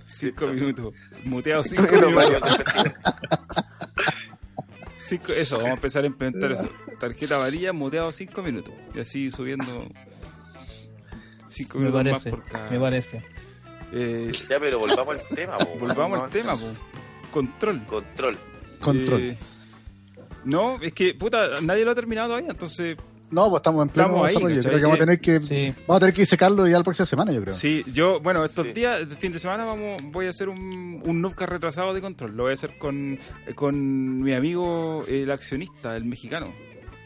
A: Cinco minutos. Muteado cinco
C: Pero,
A: minutos.
C: weón,
A: Cinco- eso, vamos a empezar a implementar eso. Tarjeta amarilla, muteado cinco minutos. Y así subiendo cinco
D: Me
A: minutos más
D: parece,
A: por cada.
D: me parece.
A: Eh,
C: Ya, pero volvamos al tema, po, weón.
A: volvamos al tema, po. Control.
C: Control.
B: Control.
A: Eh, no, es que, puta, nadie lo ha terminado todavía, entonces...
B: No, pues estamos en pleno
A: Estamos ahí,
B: desarrollo. Yo
A: ¿cachai?
B: creo que vamos a tener que,
D: Sí,
B: vamos a tener que disecarlo ya la próxima semana, yo creo.
A: Sí, yo, bueno, estos
C: Sí.
A: días, este fin de semana, vamos, voy a hacer un, un Nubcast retrasado de control. Lo voy a hacer con, eh, con mi amigo, el accionista, el mexicano,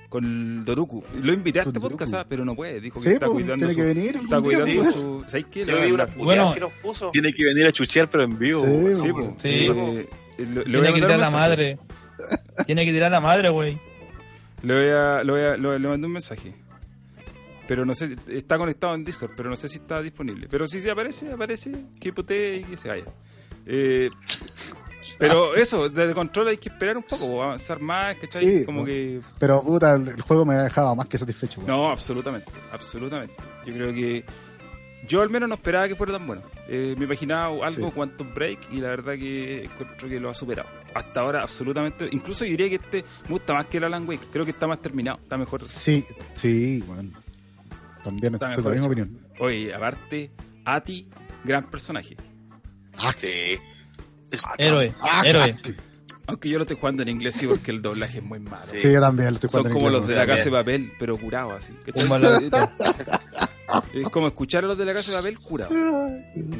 A: con el Doruku. Lo invité a
B: Con
A: este podcast,
B: Doruku.
A: ah, pero no puede, dijo que
B: Sí,
A: está
B: pues,
A: cuidando
B: tiene
A: su...
B: que venir.
A: Está
B: algún día,
A: cuidando
B: pues.
A: su... ¿Sabes qué?
C: Yo vi unas puteadas
D: Bueno.
C: que nos puso.
E: Tiene que venir a chuchear, pero en vivo.
B: Sí,
A: Sí,
B: weón.
A: po.
D: Sí.
A: Eh, le- le voy a
D: tiene que
A: mandar
D: tirar
A: un
D: la
A: mensaje.
D: madre. Tiene que tirar la madre, güey.
A: Le voy a, le voy a- le- le mandé un mensaje. Pero no sé, está conectado en Discord, pero no sé si está disponible. Pero si se aparece, aparece, que putee y que se vaya. Eh, pero
B: Ah.
A: eso, desde control hay que esperar un poco, avanzar más, ¿cachai?
B: Sí,
A: Como que.
B: Pero puta, el el juego me ha dejado más que satisfecho. weón.
A: No, absolutamente, absolutamente. Yo creo que. Yo al menos no esperaba que fuera tan bueno. Eh, me imaginaba algo
B: Sí.
A: Quantum Break y la verdad que encuentro que lo ha superado. Hasta ahora, absolutamente. Incluso yo diría que este me gusta más que el Alan Wake. Creo que está más terminado, está mejor
B: Sí, sí, weón. También
A: Está
B: soy de
A: mejor
B: la misma
A: hecho.
B: opinión.
A: Oye, aparte, Ati, gran personaje.
C: Ah, Sí.
D: Héroe,
B: Ah,
D: héroe.
B: sí,
A: Aunque yo lo estoy jugando en inglés, sí, porque el doblaje es muy malo.
C: Sí.
B: Sí, yo también lo estoy
A: Son
B: jugando en
A: como
B: inglés,
A: los de
B: weón.
A: la casa de papel, pero curado así. ¿cachai? <laughs>
D: Un balado.
A: Es como escuchar a los de la casa de papel curado.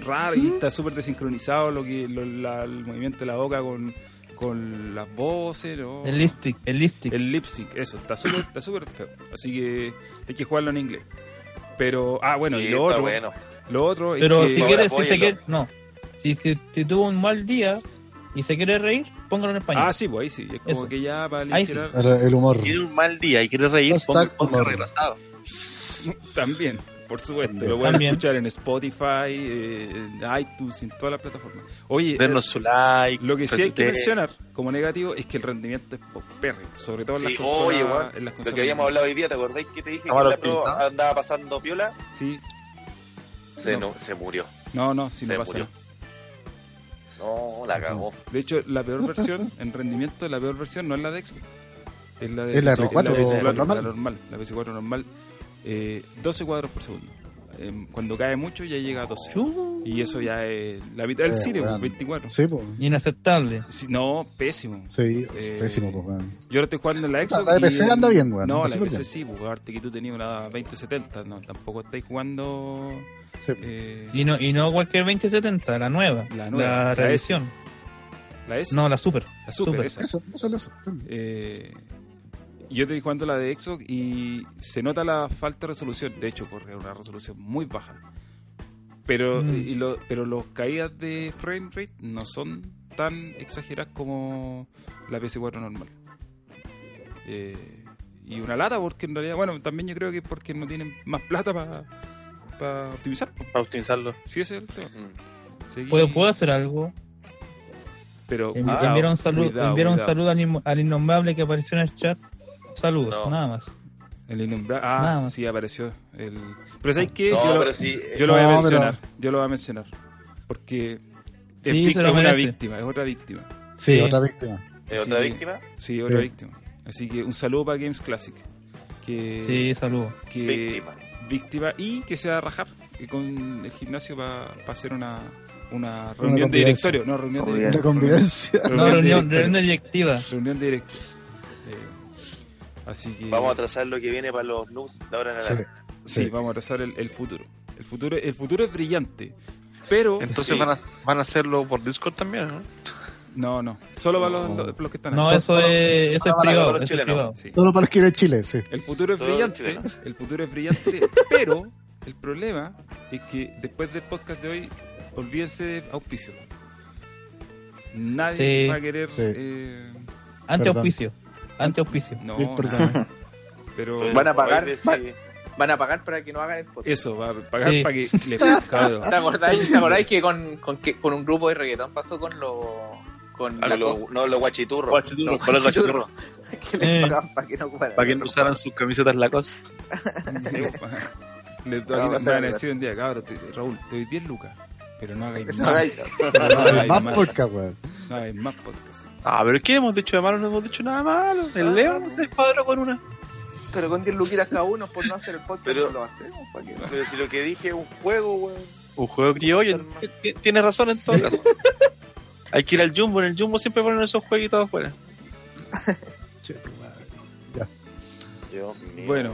A: Raro y está súper desincronizado lo que, lo- la- el movimiento de la boca con, con las voces. ¿no?
D: El lipstick, el lipstick.
A: El lip sync, eso, está súper está súper feo. Así que hay que jugarlo en inglés. Pero, ah, bueno,
C: Sí,
A: y lo
C: está
A: otro,
C: bueno.
A: lo otro es
D: Pero
A: que-
D: si
C: Ahora
D: quieres, si se
C: apóyenlo.
D: quiere, no. Si, si, si tuvo un mal día y se quiere reír, póngalo en español.
A: Ah, sí, pues ahí sí. Es como
D: Eso.
A: que ya para
D: Ahí sí.
A: aligerar-
B: El, el humor.
E: Tiene un mal día y quiere reír,
B: Hashtag
E: ponga el podcast
B: humor.
E: retrasado.
A: <laughs> También, por supuesto.
B: También.
A: Lo pueden
D: También.
A: escuchar en Spotify, eh, en iTunes, en todas las plataformas. Oye, eh,
E: Denos su like.
A: lo que sí hay que
E: retuiteen.
A: mencionar como negativo es que el rendimiento es popérrimo, sobre todo en
C: Sí,
A: las consolas.
C: oye, weón.
A: en las
C: Lo
A: consolas
C: que habíamos
A: de-
C: hablado hoy día, ¿te acordáis que te dije
E: Vamos a
C: que la
E: los
C: pro
E: Teams,
C: andaba pasando piola?
A: Sí,
C: Se,
A: No.
C: no- se murió.
A: no, no, si
C: Se
A: no pasa
C: murió.
A: nada.
C: No, la cagó.
A: De hecho, la peor versión, en rendimiento, la peor versión no es la de Xbox. Es la de
B: Es la
A: PC,
B: R4
A: la
B: normal.
A: normal. La normal. La PS4 normal. eh, 12 cuadros por segundo. Em, cuando cae mucho ya llega a 12. Y eso ya es la mitad del
B: Eh,
A: cine, pues,
B: weón.
A: 24.
B: Sí, pues.
D: Inaceptable.
A: Sí, no, pésimo.
B: Sí, es
A: Eh,
B: pésimo, pues, weón.
A: Yo lo estoy jugando en la Xbox.
B: La de
A: y
B: PC
A: el-
B: anda bien, weón,
A: No,
B: anda
A: la
B: súper
A: PC
B: bien.
A: sí, porque aparte que tú tenías una 2070. No, tampoco estáis jugando.
B: Sí, po.
A: eh,
D: Y no, y no cualquier 2070, la nueva.
A: La
D: La,
A: nueva, la S.
D: reedición.
A: la S,
D: No, la super.
A: la Super,
D: Super.
A: esa.
B: Eso, eso, eso.
A: Eh, yo estoy jugando la de Xbox y se nota la falta de resolución. De hecho, porque es una resolución muy baja. Pero,
D: Mm.
A: y lo- pero los caídas de frame rate no son tan exageradas como la PS4 normal. Eh, y una lata porque en realidad, bueno, también yo creo que porque no tienen más plata para optimizar. po.
E: para utilizarlo.
A: Sí, ese es el tema.
C: Mm.
A: Seguí-
D: ¿Puedo, puedo hacer algo?
A: Pero
D: Envi-
A: cuidado,
D: enviar un saludo,
A: Ah, cuidado,
D: enviar un
A: cuidado.
D: saludo al, inmo- al innombrable que apareció en el chat. Saludos,
C: No.
D: nada más.
A: El innumbra- Ah,
D: Nada más.
A: sí, apareció. El... Pero ¿sabes qué?
C: No,
A: yo lo,
C: pero sí, eh,
A: yo lo voy a
B: No,
A: mencionar. Yo lo voy a mencionar. Porque
D: Sí,
A: Epic
D: se
A: es
D: lo
A: una
D: merece.
A: víctima, es otra víctima.
B: Sí,
D: Sí.
B: otra víctima.
C: ¿Es otra
A: Sí.
C: víctima?
A: Sí, otra
B: Sí.
A: víctima. Así que un saludo para Games Classic. Que,
D: Sí, saludos.
A: que-
C: Víctima.
A: víctima y que se va a rajar eh, con el gimnasio para hacer una, una reunión de
B: convivencia.
A: directorio. No, reunión de
C: Convivencia.
B: La
A: directorio.
B: convivencia.
A: de
D: No, reunión,
A: directorio.
D: reunión directiva.
A: Reunión de directorio. Eh, así que.
C: Vamos a trazar lo que viene para los noobs de ahora en
B: Sí.
C: adelante.
A: Sí,
B: Sí.
A: vamos a trazar el, el futuro. El futuro. El futuro es brillante. Pero.
E: Entonces
A: Sí.
E: van, a, van a hacerlo por Discord también, ¿no?
A: No, no. Solo para los,
B: No.
A: los- los que están
D: No,
A: aquí.
D: eso
A: Solo-
D: es, eso es
C: Ahora van a
D: privado.
C: agarrar los
D: Eso es privado.
A: Sí.
B: Todo para los que viven en Chile, sí.
A: El futuro es
C: Solo
A: brillante.
C: los
A: El futuro es brillante. pero el problema es que después del podcast de hoy, olvídense de auspicio. Nadie
D: Sí.
A: va a querer.
B: Sí.
A: eh,
D: Ante
B: Perdón.
D: auspicio. Ante auspicio.
A: no,
B: Mil personas.
A: nada. Pero
F: Van a pagar,
C: Oye, Eh, sí.
F: van- Van a pagar para que no hagan el podcast.
A: eso va a pagar
D: Sí.
A: para que le cabrón.
F: <laughs>
A: <laughs>
F: ¿Te acordáis, te acordáis que, con, con que con un grupo de reggaetón pasó con los. con
C: Ah,
F: la
C: lo-
F: cosa?
C: no, los guachiturros.
E: Guachiturro,
F: Los
E: con los guachiturros.
F: guachiturros. Que les
D: Eh.
F: pagaban para que no ocuparan.
E: Para que no usaran sus camisetas Lacoste.
A: Digo, pa- le
F: No, va a ser
A: van a
F: algo.
A: decir un día, cabrón, te- Raúl, te doy 10 lucas, pero no hagáis
F: No
A: más.
F: hagáis-
A: No
D: <laughs>
A: hagáis
B: Más
A: más,
B: porca, weón.
A: no hagáis más podcast.
E: Ah, pero ¿qué hemos dicho de malo? No hemos dicho nada malo. El Leo se cuadró con una.
F: Pero con 10 luquitas cada uno por no hacer el podcast,
C: Pero-
F: no lo hacemos. ¿para qué?
C: Pero si lo que dije es un juego, weón.
E: Un juego criollo.
C: Normal.
E: Ti- Tienes razón en todo <laughs> caso. Hay que ir al Jumbo. En el Jumbo siempre ponen esos jueguitos afuera.
B: Che, tu madre.
C: Dios mío.
A: Bueno.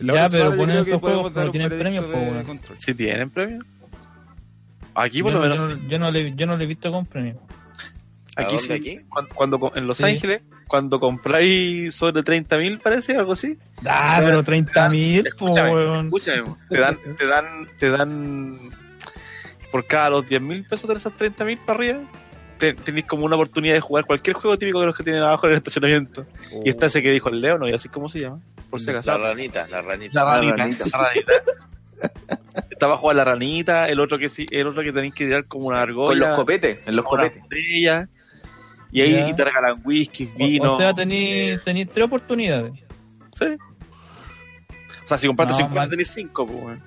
D: Ya,
A: La otra
D: pero
A: semana yo
D: ponen
A: creo
D: esos
A: que podemos
D: juegos,
A: dar
D: pero
A: un
D: tienen
A: veredicto
D: premios,
A: de
D: pues, bueno.
A: control.
E: Si tienen premio. Aquí
D: Yo,
E: por lo
D: no-
E: menos.
D: yo no- yo no le, yo no le he visto con premio.
C: ¿A
E: Aquí
C: dónde,
E: sí.
C: aquí?
E: Cuando, cuando co- en Los
D: Sí.
E: Ángeles, cuando compráis sobre 30.000, parece, algo así.
D: Ah, pero 30 mil,
E: Escúchame, Escúchame, mo. te dan, te dan, te dan por cada los 10.000 pesos de esas 30.000 para arriba. te- Tenéis como una oportunidad de jugar cualquier juego típico de los que tienen abajo en el estacionamiento. Y
A: Oh.
E: esta ese que dijo el Leo, no, y así como se llama, por si acaso.
C: La ranita, la ranita.
E: La ranita.
A: <laughs>
F: La ranita.
E: La ranita. Está bajo a la ranita, el otro que sí, el otro que tenéis que tirar como una argolla.
F: Con los copetes, en los
E: como una
F: copetes.
E: botella. Y ahí
D: Ya.
E: y te regalan whisky,
D: O,
E: vino.
D: o sea, tenéis tres oportunidades.
E: Sí. O sea, si compraste
D: No,
E: 50
D: mal.
E: tenés 5, pues, weón.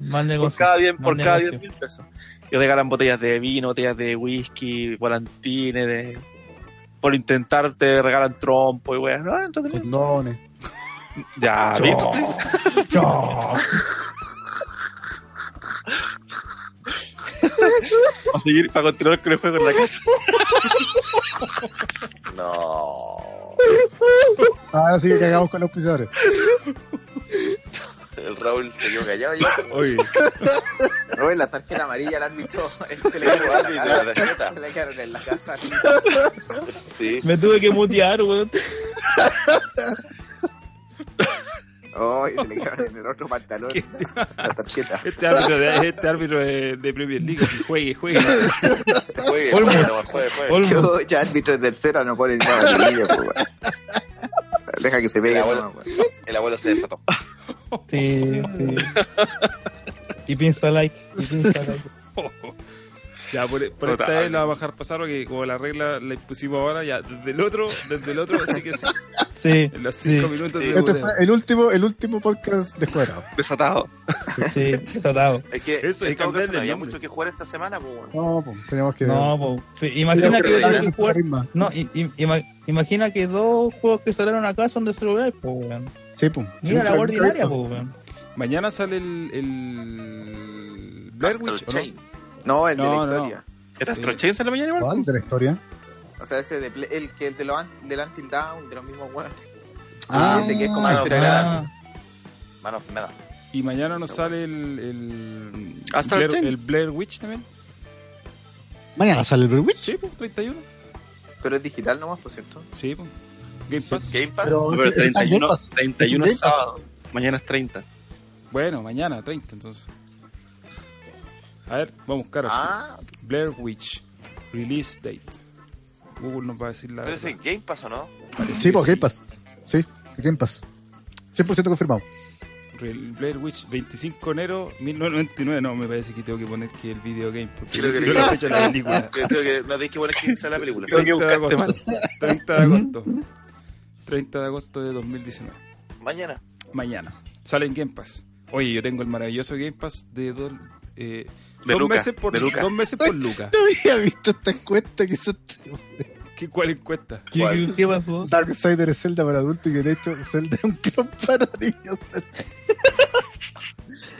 D: Mal
E: por
D: negocio.
E: cada 10 por
D: mal
E: cada
D: negocio.
E: 10 mil pesos. Y regalan botellas de vino, botellas de whisky, volantines, de... por intentar te regalan trompo y weón. Ah, entretenido.
B: Condones.
E: Ya, ¿viste? <laughs> Para seguir, para continuar con el juego en la casa.
C: No.
B: Ahora Ah, sí que cagamos con los pisadores.
C: El Raúl se quedó callado ya.
A: Oye,
F: Robert, la tarjeta amarilla al árbitro. <laughs> él Se le
C: Sí,
F: quedaron
C: árbitro,
F: en
C: la
F: la casa.
C: tarjeta.
F: Se le quedaron en
C: <laughs>
F: la casa.
C: <laughs> Sí.
D: Me tuve que mutear,
E: <laughs>
D: weón.
F: Oh, se le quedaron en el otro pantalón.
A: ¿Qué?
F: La tarjeta.
A: este árbitro de, este árbitro de, de Premier League, si juegue, juegue.
C: Juegue,
D: Olmo.
C: juegue, nomás, juegue, juegue.
D: Olmo.
F: Yo, ya árbitro de tercera no pone nada de niño, pues, weón. Deja que se pegue,
C: La bola.
F: nomás, weón.
C: El abuelo se desató.
D: <laughs> Sí, sí. Y piensa like, y piensa like.
A: Ya, por, por esta
E: Notable.
A: vez la vamos a dejar pasar porque como la regla la pusimos ahora, ya, desde el otro, desde el otro, así que sí,
D: Sí,
A: en los
D: Sí.
A: cinco minutos
E: Sí.
A: de
B: Este
A: voleo.
B: fue el último, el último podcast de Juerao.
E: Desatado.
D: sí, desatado.
C: Es que
A: Eso,
C: en
A: es cambiarle
C: todo caso, no
A: el
C: había
A: nombre.
C: mucho que jugar esta semana, pues, weón.
B: No, pues, tenemos que.
D: No, po, sí, imagina que
C: Creo que
D: también
B: tenemos que
D: jugar-
B: parir más.
D: No, i- i- ima- imagina que dos juegos que salieron acá son de celular, po, weón.
B: Sí, pues.
D: Mira la
B: Nunca-
D: ordinaria,
B: nunca-
D: po, weón.
A: Mañana sale el, el Blair
C: Astral
A: Witch, ¿o no?
C: Chain.
F: No, el de
A: No,
F: la
A: no.
F: historia.
E: ¿Era Astro Chains en la mañana igual? pues.
B: ¿Cuál de la historia?
F: O sea, ese de Play- el que el de los an- del Until Down, de los mismos weones.
B: Ah,
F: Ese que es como
C: ah,
F: Astral
D: Ah,
C: Mano, nada.
A: Y mañana nos sale el, el,
E: Astral
A: Blair,
E: Chain.
A: el Blair Witch también.
B: Mañana sale el Berwitch.
A: Sí, pues, 31.
F: Pero es digital nomás, por cierto.
A: Sí, pues. Game Pass.
C: Game Pass.
B: Pero,
E: Pero
B: está en Game
E: 31,
B: Pass.
E: 31 es
B: Game Pass.
E: sábado. Mañana es 30.
A: Bueno, mañana, 30 entonces. A ver, vamos a buscar.
F: Ah,
A: Blair Witch. Release date. Google nos va a decir la
C: Pero ese
A: verdad.
C: es Game Pass o no?
A: Parece
B: Sí,
A: que
B: pues
A: sí.
B: Game Pass. Sí, Game Pass. 100% confirmado.
A: Real- Blair Witch, 25 de enero 1999. No, me parece que tengo que poner que el video game. Porque
C: Creo que
A: no
C: le-
A: la fecha de la película.
C: Creo creo que no tenéis que poner que sale la película.
E: <laughs> Creo que
A: 30 de
E: buscaste
A: agosto. 30 de agosto. 30 de agosto de 2019.
C: Mañana.
A: Mañana. Sale en Game Pass. Oye, yo tengo el maravilloso Game Pass de, do- eh,
E: De
A: dos,
E: Luca,
A: meses por,
E: de Luca.
A: dos meses por Luca.
B: <laughs> No había visto esta encuesta que hizo este-
A: ¿Qué, ¿Cuál encuesta?
D: ¿qué-
C: ¿Cuál?
D: ¿Qué pasó?
B: Darksider es Zelda para adultos y que de hecho Zelda es un clon para niños. <laughs>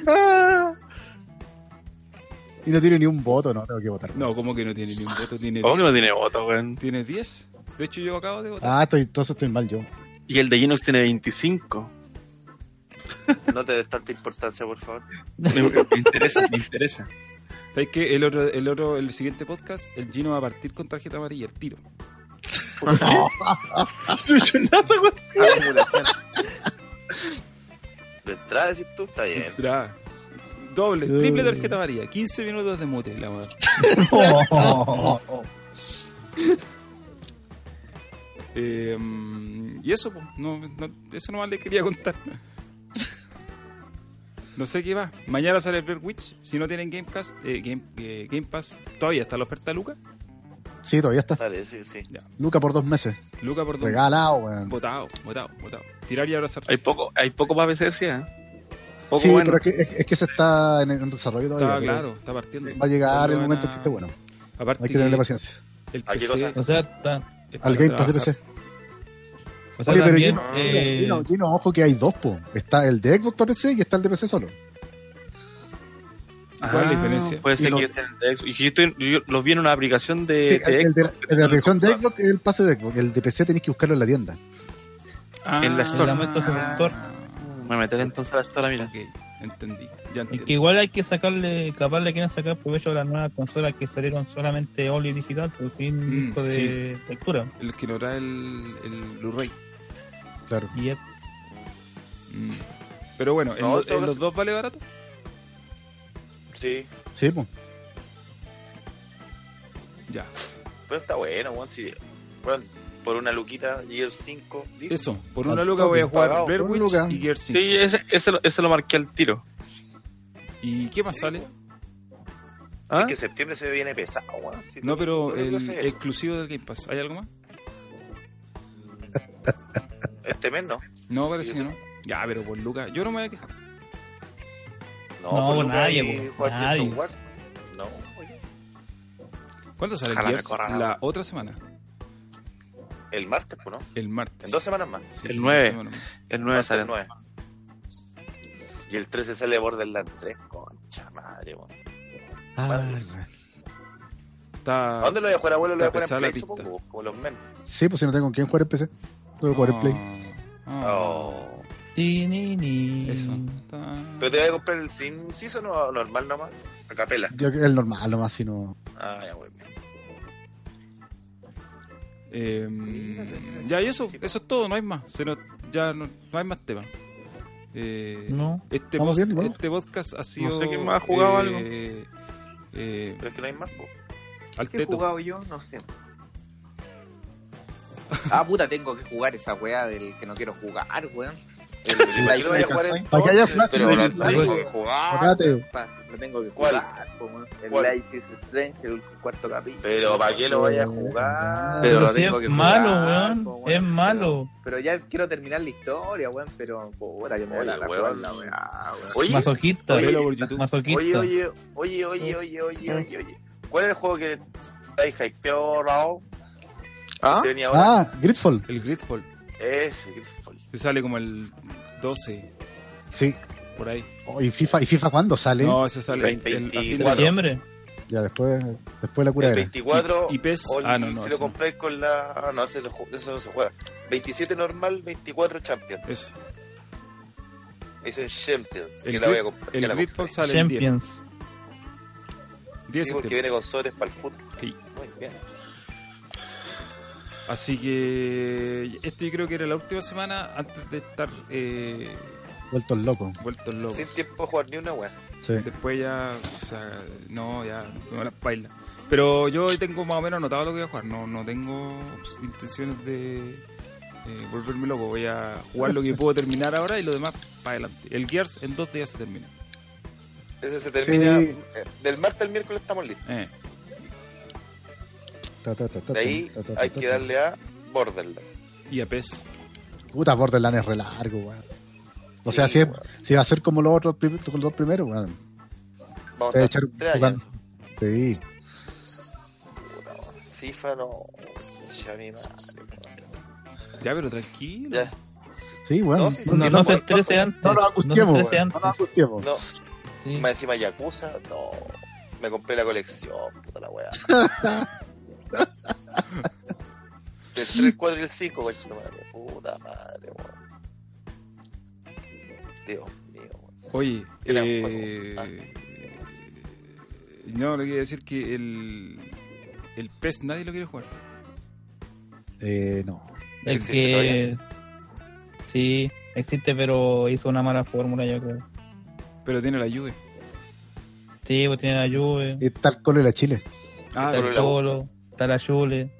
B: Ah. y no tiene ni un voto, no, tengo que votar.
A: No, como que no tiene ni un voto. Tiene
E: ¿Cómo que
A: 10.
E: no tiene voto, weón?
A: Tiene 10. De hecho, yo acabo de votar.
B: Ah, estoy, entonces estoy mal yo.
E: Y el de Linux
B: <laughs>
E: tiene 25.
C: No te des tanta importancia, por favor.
E: Me, me interesa,
B: <laughs>
E: me interesa.
A: ¿Sabes qué? El otro, el otro, el siguiente podcast, el Gino va a partir con tarjeta amarilla, el tiro.
E: No he hecho nada, weón.
F: acumulación.
C: De entrada decís tú,
A: <laughs>
C: está bien.
A: Entrada. Doble, triple tarjeta amarilla. 15 minutos de mute, la madre.
D: Oh,
A: Eh, mm, y eso, po, no, no- eso nomás le quería contar. No sé qué va. Mañana sale Blair Witch. Si no tienen Gamecast, eh, Game, eh, Game Pass, todavía está la oferta Luca.
B: Sí, todavía está.
C: Dale, sí, sí.
B: Luca por dos meses.
A: Luca por dos.
B: Regalado, weón.
A: Votado, votado, votado. Tirar y abrazarse.
E: Hay poco, hay poco para PCS, ¿eh? Poco
B: Sí,
E: bueno.
B: pero es que, es, es que se está en, en desarrollo todavía.
A: está
B: pero
A: claro, está partiendo.
B: Va a llegar el
A: Van
B: momento
A: a-
B: en que esté bueno.
A: Aparte
B: Hay que tenerle paciencia.
A: el
C: ¿A qué
A: PC
C: cosa?
A: es
D: O sea, está.
A: para
B: Al Game Pass de
A: trabajar.
B: PC.
D: O sea,
B: Oye, pero
D: también,
B: Gino,
D: eh,
B: Gino, Gino, ojo que hay dos, po. Está el de Xbox para PC y está el de PC solo.
A: ¿Cuál es la diferencia?
E: Ah, Puede
B: Y
E: ser
B: lo-
E: que estén en el Xbox. Y yo, estoy- yo los vi en una aplicación
B: Sí,
E: de,
B: el,
E: de
B: el de,
E: Xbox.
B: el de la versión de Xbox es el pase de Xbox. El de PC tenéis que buscarlo en la tienda.
A: Ah,
E: En la Store.
D: En la Microsoft Store.
E: Me voy a meter entonces a la Store, mira.
A: Ok, entendí. Ya
D: Es
A: entendí.
D: que igual hay que sacarle, capaz le quieren sacar provecho a las nuevas consolas que salieron solamente Only Digital, pues sin
A: Mm,
D: disco de
A: sí.
D: lectura.
A: El que nos trae el, el Blu-ray.
B: Claro.
D: Y es-
A: Mm. Pero bueno, ¿en,
C: No,
A: lo-
C: en todo
A: en los
C: caso-
A: dos vale barato?
C: Sí.
B: Sí, po.
A: Ya.
C: Pero está bueno, weón. Sí. Bueno, por una luquita, Gear 5. listo.
A: Eso, por
B: Al
A: una loca voy a
B: toque,
A: jugar
C: pagado,
A: Blair
B: por un
A: Witch
B: lugar.
A: y Gear 5.
E: Sí, ese, ese, lo- ese lo marqué al tiro.
A: ¿Y qué más sale?
E: ¿Ah?
C: Que septiembre se viene pesado, weón. Sí,
A: No,
C: tú-
A: pero
C: tú no
A: el
C: haces eso.
A: exclusivo del Game Pass. ¿Hay algo más?
C: Este mes no.
A: No, parece
C: Sí,
A: que no. Ya, pero por Lucas, yo no me voy a quejar.
C: No,
D: No,
C: por
D: nadie,
C: Lucas y
D: po,
C: jugar
D: nadie.
C: Gears of War. No, oye.
A: ¿Cuándo sale el
E: Ojalá me
A: Gears?
E: corra,
A: La
E: weón.
A: otra semana,
C: El martes, pues, ¿no?
A: el martes.
C: En dos semanas más.
A: Sí,
E: El
A: en dos
E: 9.
A: semanas más.
E: El 9 sale.
C: El 9. Y el 13 sale Borderlands 3, concha madre, weón.
B: Ay, weón.
C: ¿A
A: Está...
C: dónde lo voy a jugar, abuelo? Lo voy a
A: Está pesada
C: jugar en
A: Ah, la
C: Play,
A: pista.
C: supongo, como los men.
B: Sí, pues si no tengo con quién jugar en PC, puedo jugar en Play.
A: Ah, ah,
C: Oh.
D: Ti, ni, ni.
A: Eso. Está-
C: Pero te voy a comprar el sin season o normal nomás, a capela.
B: Yo, el normal nomás, si no.
C: Ah, ya, weón.
A: Eh, ya, y eso, eso es todo, no hay más. Se nos- ya no, no hay más temas. Eh,
D: No.
A: este,
B: Vamos
A: pos-
B: bien, vamos.
A: este podcast ha sido.
E: sé quién más ha jugado
A: eh, eh,
C: Pero es que no hay más, po.
A: al
F: ¿Qué he
A: teto.
F: jugado yo? No sé. Ah, puta, tengo que jugar esa weá del que no quiero jugar, weón.
C: La yo lo voy a jugar en
B: Para que haya
C: todo,
B: flash,
F: Pero
C: pero
B: no
F: lo
B: hay
C: la
B: flash.
F: tengo que
C: tengo.
F: jugar.
B: Acáte.
F: pa, Lo tengo que
C: ¿Cuál?
F: jugar. po, weón.
C: ¿Cuál?
F: El Life is Strange, el cuarto capítulo.
C: Pero para qué lo vaya a jugar.
F: Pero
D: Pero,
F: lo
D: si
F: tengo que
D: es malo,
F: jugar,
D: weón.
F: po,
D: Es
F: weón.
D: malo.
F: Pero ya quiero terminar la historia, weón. Pero puta que me voy
C: Oye,
F: a la
C: weón.
F: la weá, weón.
C: Oye,
D: Masoquista.
C: Oye,
A: Velo por YouTube.
C: Oye,
D: Masoquista.
C: oye, oye, oye, oye, oye, oye, oye. ¿Cuál es el juego que estáis hypeado, Raúl?
F: ¿Ah?
C: Se venía ahora.
B: Ah, Gridfall.
A: El Gridfall.
C: Es Gridfall.
A: Que sale como el 12,
B: Sí.
A: por ahí.
B: Oh, ¿Y FIFA, ¿Y FIFA cuándo sale?
A: No, ese sale el,
C: 20,
A: el, a fin de-
D: Septiembre.
B: Ya después, después la cura
C: El
B: era.
C: 24.
A: Y- y PES,
C: o el-
A: ah, no, no,
C: Si
A: ese
C: lo
A: no.
C: compráis con la. Ah, no, ese no ju- ese no se juega. 27 normal, 24 Champions.
A: Eso.
C: Dicen Champions.
A: El
C: que la voy a
A: Grid-
C: comprar. que
A: El
C: la
A: Gridfall
C: compré.
A: sale el 10.
D: Champions.
A: 10 de
C: Sí, porque
A: septiembre.
C: viene con sobres para el fútbol.
A: Sí.
C: Muy bien.
A: Así que esto yo creo que era la última semana antes de estar eh,
B: Vueltos locos.
A: vueltos locos.
C: Sin tiempo de jugar ni una wea.
B: Sí.
A: Después ya, o sea, no, ya, me las bailas. Pero yo hoy tengo más o menos anotado lo que voy a jugar. No, no tengo pues, intenciones de eh, volverme loco. Voy a jugar lo que puedo terminar ahora y lo demás para adelante. El Gears en dos días se termina.
C: Ese se termina.
B: Sí.
C: eh, Del martes al miércoles estamos listos.
A: Eh,
B: Ta, ta, ta, ta,
C: De ahí
B: ta, ta, ta,
C: hay
B: ta,
C: que
B: ta.
C: darle a Borderlands.
A: y a E PES.
B: Puta, Borderlands es re largo, weón. O sea,
C: Sí,
B: si, es-
C: weón.
B: si va a ser como los otros prim- los dos primeros, weón.
C: Vamos
B: Te va
C: a
B: a
C: estar
B: echar
C: tres años.
B: jugando. Sí.
C: Puta, weón. FIFA no. Ya mi madre, weón.
A: Ya, pero tranquilo.
C: Ya.
B: Sí, weón.
C: No, sí, sí,
D: No, no se
C: por-
D: estrese antes.
B: No nos
D: No se
B: angustiemos,
D: estrese
B: weón. No
D: antes.
B: nos angustiemos.
C: No,
D: Sí.
C: más encima Yakuza. No. Me compré la colección. Puta la wea. Del 3, 4 y el 5, conchito madre. Puta madre, weón. Dios mío, weón.
A: Oye,
C: Era un
A: eh,
C: juego. Ah.
A: no, le quería decir que el, el PES nadie lo quiere jugar.
B: Eh, no.
D: El
C: ¿Existe
D: que. Sí, existe, pero hizo una mala fórmula, yo creo.
A: Pero tiene la lluvia.
D: Sí, pues tiene la Juve,
B: Está el Colo de la Chile.
A: Ah,
D: está
C: pero
D: el
C: la-
D: Colo, está la Jule.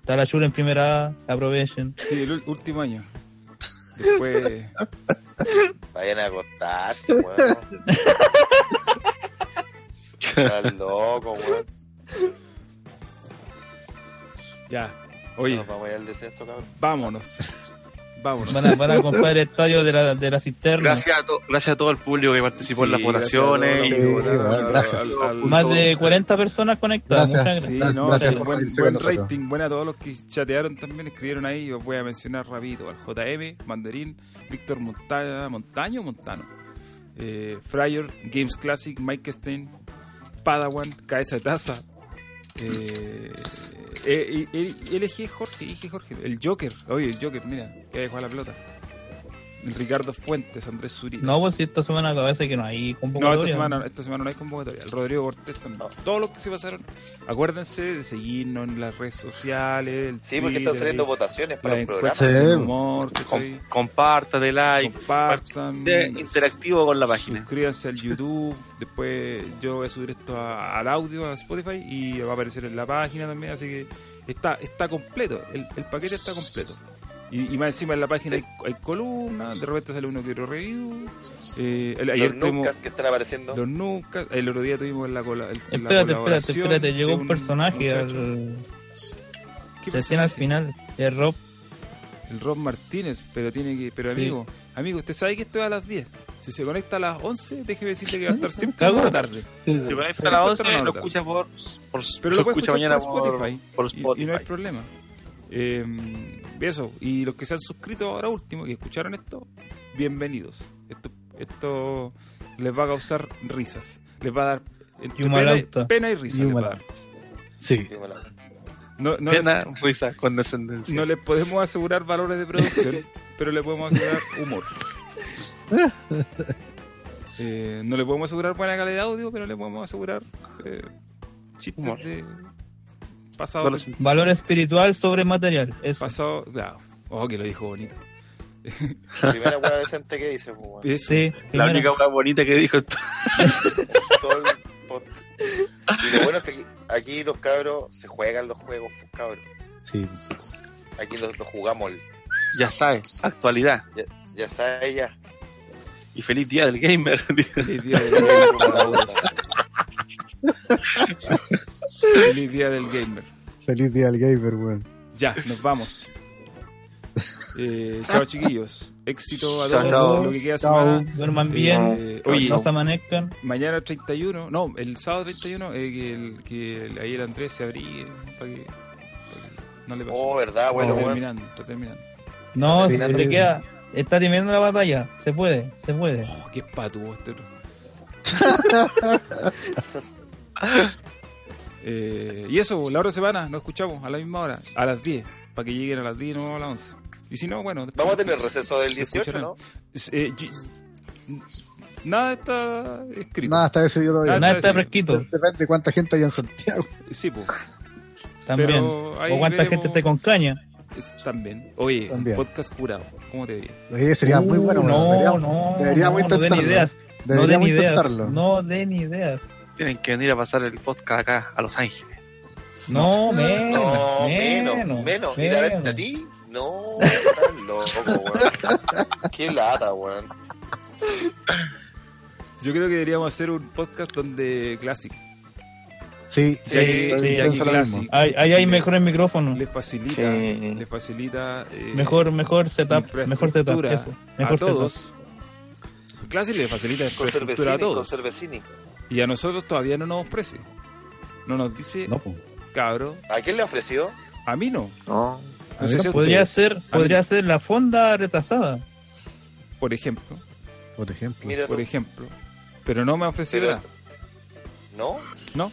D: Está la Jule en primera A, aprovechen.
A: sí, el ul- último año. Después.
C: Vayan a acostarse, weón. Estás loco, weón.
A: Ya. Oye,
C: Nos vamos a ir al descenso, cabrón.
A: vámonos. Vámonos.
D: Van a, van a comprar el estadio de la, de la cisterna.
E: Gracias a, to- gracias a todo el público que participó en las
A: Sí,
E: votaciones.
A: gracias a
E: y-
A: todos los que
B: Sí,
A: votaron,
B: Eh, gracias.
A: al- al- al-
D: Más de 40 personas conectadas.
B: Gracias.
D: Muchas
A: Sí,
D: gracias.
A: no,
D: Muchas
B: gracias
A: buen-
B: por
D: gracias.
A: buen,
B: participar
A: buen
B: con nosotros.
A: rating, bueno a todos los que chatearon también, escribieron ahí, os voy a mencionar rapidito, al JM, Mandarín, Víctor Montaña, Montaño Montano, eh, Fryer, Games Classic, Mike Stein, Padawan, Cabeza de Taza, eh, eh, eh, LG Jorge, LG Jorge, el Joker, oye el Joker, mira, que hay que jugar a la pelota, el Ricardo Fuentes, Andrés Zurita.
D: No, pues si esta semana parece que no hay
A: No,
D: convocatoria.
A: esta semana, esta semana no hay convocatoria. El Rodrigo Cortés también.
C: No.
A: Todos los que se pasaron. Acuérdense de seguirnos en las redes sociales. el
C: Sí, porque
A: Twitter,
C: están saliendo
A: ahí,
C: votaciones para
A: las
C: el
A: encuestas
C: programa.
B: programa.
A: de
B: Sí.
A: humor,
E: Com-
A: ¿cachai?
E: compártate, like,
A: Compartan.
E: parte interactivo con la página.
A: Suscríbanse al YouTube. Después yo voy a subir esto a- al audio, a Spotify. Y va a aparecer en la página también. Así que está está completo. El, el paquete está completo. Y, y más encima en la página
C: Sí.
A: hay, hay columnas. De repente sale uno que otro review. Eh, el- ayer
C: Los
A: tuvimos.
C: nunca que están apareciendo.
A: Los nunca. El otro día tuvimos la, cola, el- la
D: Espérate, espérate,
A: colaboración
D: espérate. Llegó
A: de
D: un personaje
A: muchacho.
D: al-
A: ¿Qué
D: recién al
A: personaje?
D: final. El Rob.
A: El Rob Martínez, pero tiene que. Pero
D: Sí.
A: amigo, amigo, usted sabe que estoy a las 10. Si se conecta a las 11, déjeme decirle que va a
D: <laughs>
A: estar siempre
D: Cago.
A: una tarde.
E: Si van a
A: Sí,
E: estar a
A: encuentran
E: 11,
A: la
E: lo
A: nota.
E: escucha por, por
A: Pero
E: lo
A: lo puede
E: escucha
A: escuchar
E: mañana
A: por Spotify.
E: por, por
A: Y-
E: Spotify.
A: Y, no hay problema. Eh, eso, y los que se han suscrito ahora último, que escucharon esto, bienvenidos. Esto, esto les va a causar risas. Les va a dar entre pena, y-
D: Yumalauta.
A: pena y risa. les va a dar.
B: Sí.
A: No, no les-
E: Pena, risa, condescendencia.
A: No les podemos asegurar valores de
E: <laughs>
A: producción, pero le podemos asegurar humor. Eh, no le podemos asegurar buena calidad de audio, pero le podemos asegurar eh, chistes
E: Humor.
A: de pasado,
E: No lo siento.
D: Valor espiritual sobre material. Eso.
A: pasado, claro. Oh, que lo dijo bonito.
C: La primera hueá decente que dice, pues, weón.
A: Eso.
D: Sí,
E: La
D: primero.
E: única hueá bonita que dijo. esto.
C: Todo el podcast. Y lo bueno es que aquí, aquí los cabros se juegan los juegos, pues, cabros.
B: Sí.
C: Aquí los, los jugamos.
E: Ya sabes, actualidad.
C: Ya sabes, ya.
E: Y feliz día del gamer. <laughs>
A: Feliz día del gamer para vos. Feliz día del gamer.
B: Feliz día al gamer, weón.
A: Ya, nos vamos. Eh, chao chiquillos. Éxito a todos.
E: Chao, chao.
A: Lo que queda
B: Chao.
A: semana.
D: Duerman bien,
A: Eh, oye,
D: no se amanezcan.
A: mañana 31, no, el sábado 31, eh, que, el, que el- ahí el Andrés se abrigue para que, pa' que no le pase.
C: Oh, verdad, bueno,
A: está
C: bueno.
A: terminando, está terminando.
D: No,
B: Sí.
D: se te queda. Está temiendo la batalla. Se puede, se puede.
A: Oh, qué patuo este. Eh, y eso, la hora de semana, nos escuchamos a la misma hora, a las 10, para que lleguen a las 10 y no a las 11. Y si no, bueno, después-
C: <laughs> Vamos a tener receso del 18, ¿no?
A: Eh, yo- nada está escrito.
B: Nada, está decidido todavía.
A: Nada
D: Nada está
A: decidido.
D: fresquito.
B: Depende de cuánta gente hay en Santiago.
A: Sí, pues.
D: También.
A: Pero ahí
D: o cuánta
A: veremos.
D: gente esté con caña.
A: es- También. Oye,
B: También.
A: podcast curado. ¿Cómo te diría?
B: Oye, sería muy bueno,
D: Uh,
B: weón.
D: No,
B: Deberíamos-
D: no.
B: deberíamos
D: no, no den
B: intentarlo.
D: ideas. No den
B: Deberíamos
D: ideas.
B: intentarlo.
D: No den ideas.
E: Tienen que venir a pasar el podcast acá a Los Ángeles.
D: No, menos.
C: No,
D: menos.
C: menos, menos. Mira, a verte a ti. No, estás loco, weón. Qué lata, weón.
A: Yo creo que deberíamos hacer un podcast donde Classic.
B: Sí,
A: Ya que,
D: sí,
A: ya que
B: pienso lo mismo.
A: Classic
D: Ahí, ahí hay mejores micrófonos.
A: les facilita,
F: Sí.
A: les facilita eh,
D: Mejor, mejor setup. Mejor setup.
A: infraestructura
D: Eso. Mejor
A: a todos. Classic les facilita
C: Con
A: infraestructura
C: cervecini,
A: a
C: con
A: todos.
C: cervecini.
A: Y a nosotros todavía no nos ofrece. No nos dice,
B: No, po.
A: cabro,
C: ¿A quién le ha ofrecido?
A: a mí no.
F: No.
B: A
A: No
B: ver,
A: sé si a
D: Podría
A: ustedes,
D: ser, podría ser la fonda retrasada.
A: por ejemplo.
B: Pues, por ejemplo.
C: Mira,
A: por
C: tú.
A: ejemplo. Pero no me ha ofrecido
C: Pero-
A: nada.
C: ¿no?
A: No.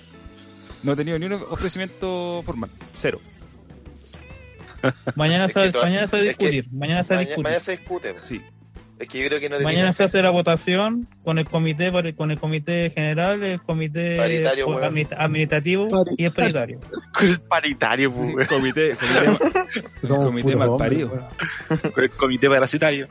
A: No he tenido ni un ofrecimiento formal. Cero.
D: Mañana
C: Es
D: se,
C: que to-
D: mañana se va a
C: es que-
D: discutir. mañana se va a
C: Maña-
D: discutir.
C: Mañana se discute.
A: Sí.
C: Es que yo creo que no debería
D: Mañana se
C: ser.
D: hace la votación con el comité par- con el comité general, el comité
C: Paritario,
D: o-
C: weón.
D: administ- administrativo y el paritario.
E: Con el paritario, pues,
A: Comité,
E: weón.
A: <laughs> comité, ma-
B: Somos
A: comité
B: puros hombres,
A: malparido.
B: weón.
E: Con el comité parasitario.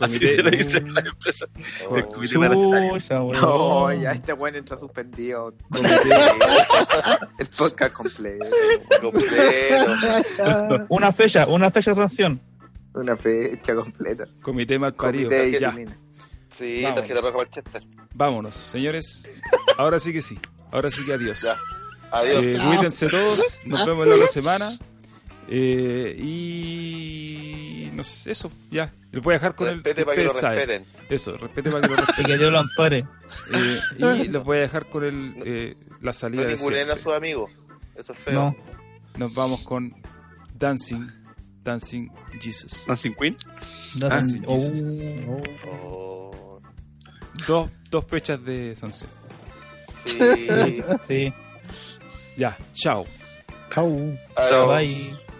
E: Así
A: comité-
E: se le dice a la empresa.
C: Oh,
E: Con el
C: oh.
E: comité parasitario.
D: Chucha, weón.
F: No, ya este weón entra suspendido. <laughs> El podcast completo.
C: Completo.
D: Una fecha, una fecha de sanción.
F: Una fecha completa.
A: comité mal parido.
F: Comité
A: Ya,
F: disciplina.
C: Sí,
A: Vamos.
C: tarjeta roja para el Chester.
A: vámonos, señores. Ahora sí que sí. Ahora sí que adiós.
C: Ya. Adiós.
A: Eh, cuídense todos. Nos vemos la otra semana. Eh, y. No sé, eso, ya. Lo voy a dejar con
C: Respete
A: el.
C: para que lo
A: ustedes saben.
C: respeten.
A: Eso, respete para que lo
C: <laughs>
A: respeten.
D: Y que Dios lo ampare.
A: Eh, y los voy a dejar con el, eh, la salida
C: No
A: de
C: ningunen a
A: siempre.
C: sus amigos. Eso es feo.
D: No.
A: Nos vamos con Dancing, Dancing Jesus.
E: Dancing Queen.
D: No,
A: Ah, sí,
D: oh,
A: Jesus.
D: oh.
C: Oh,
A: Dos, dos fechas de sanción.
C: sí.
D: Sí.
A: Ya, chao.
B: Chau.
C: Adiós.
D: Bye.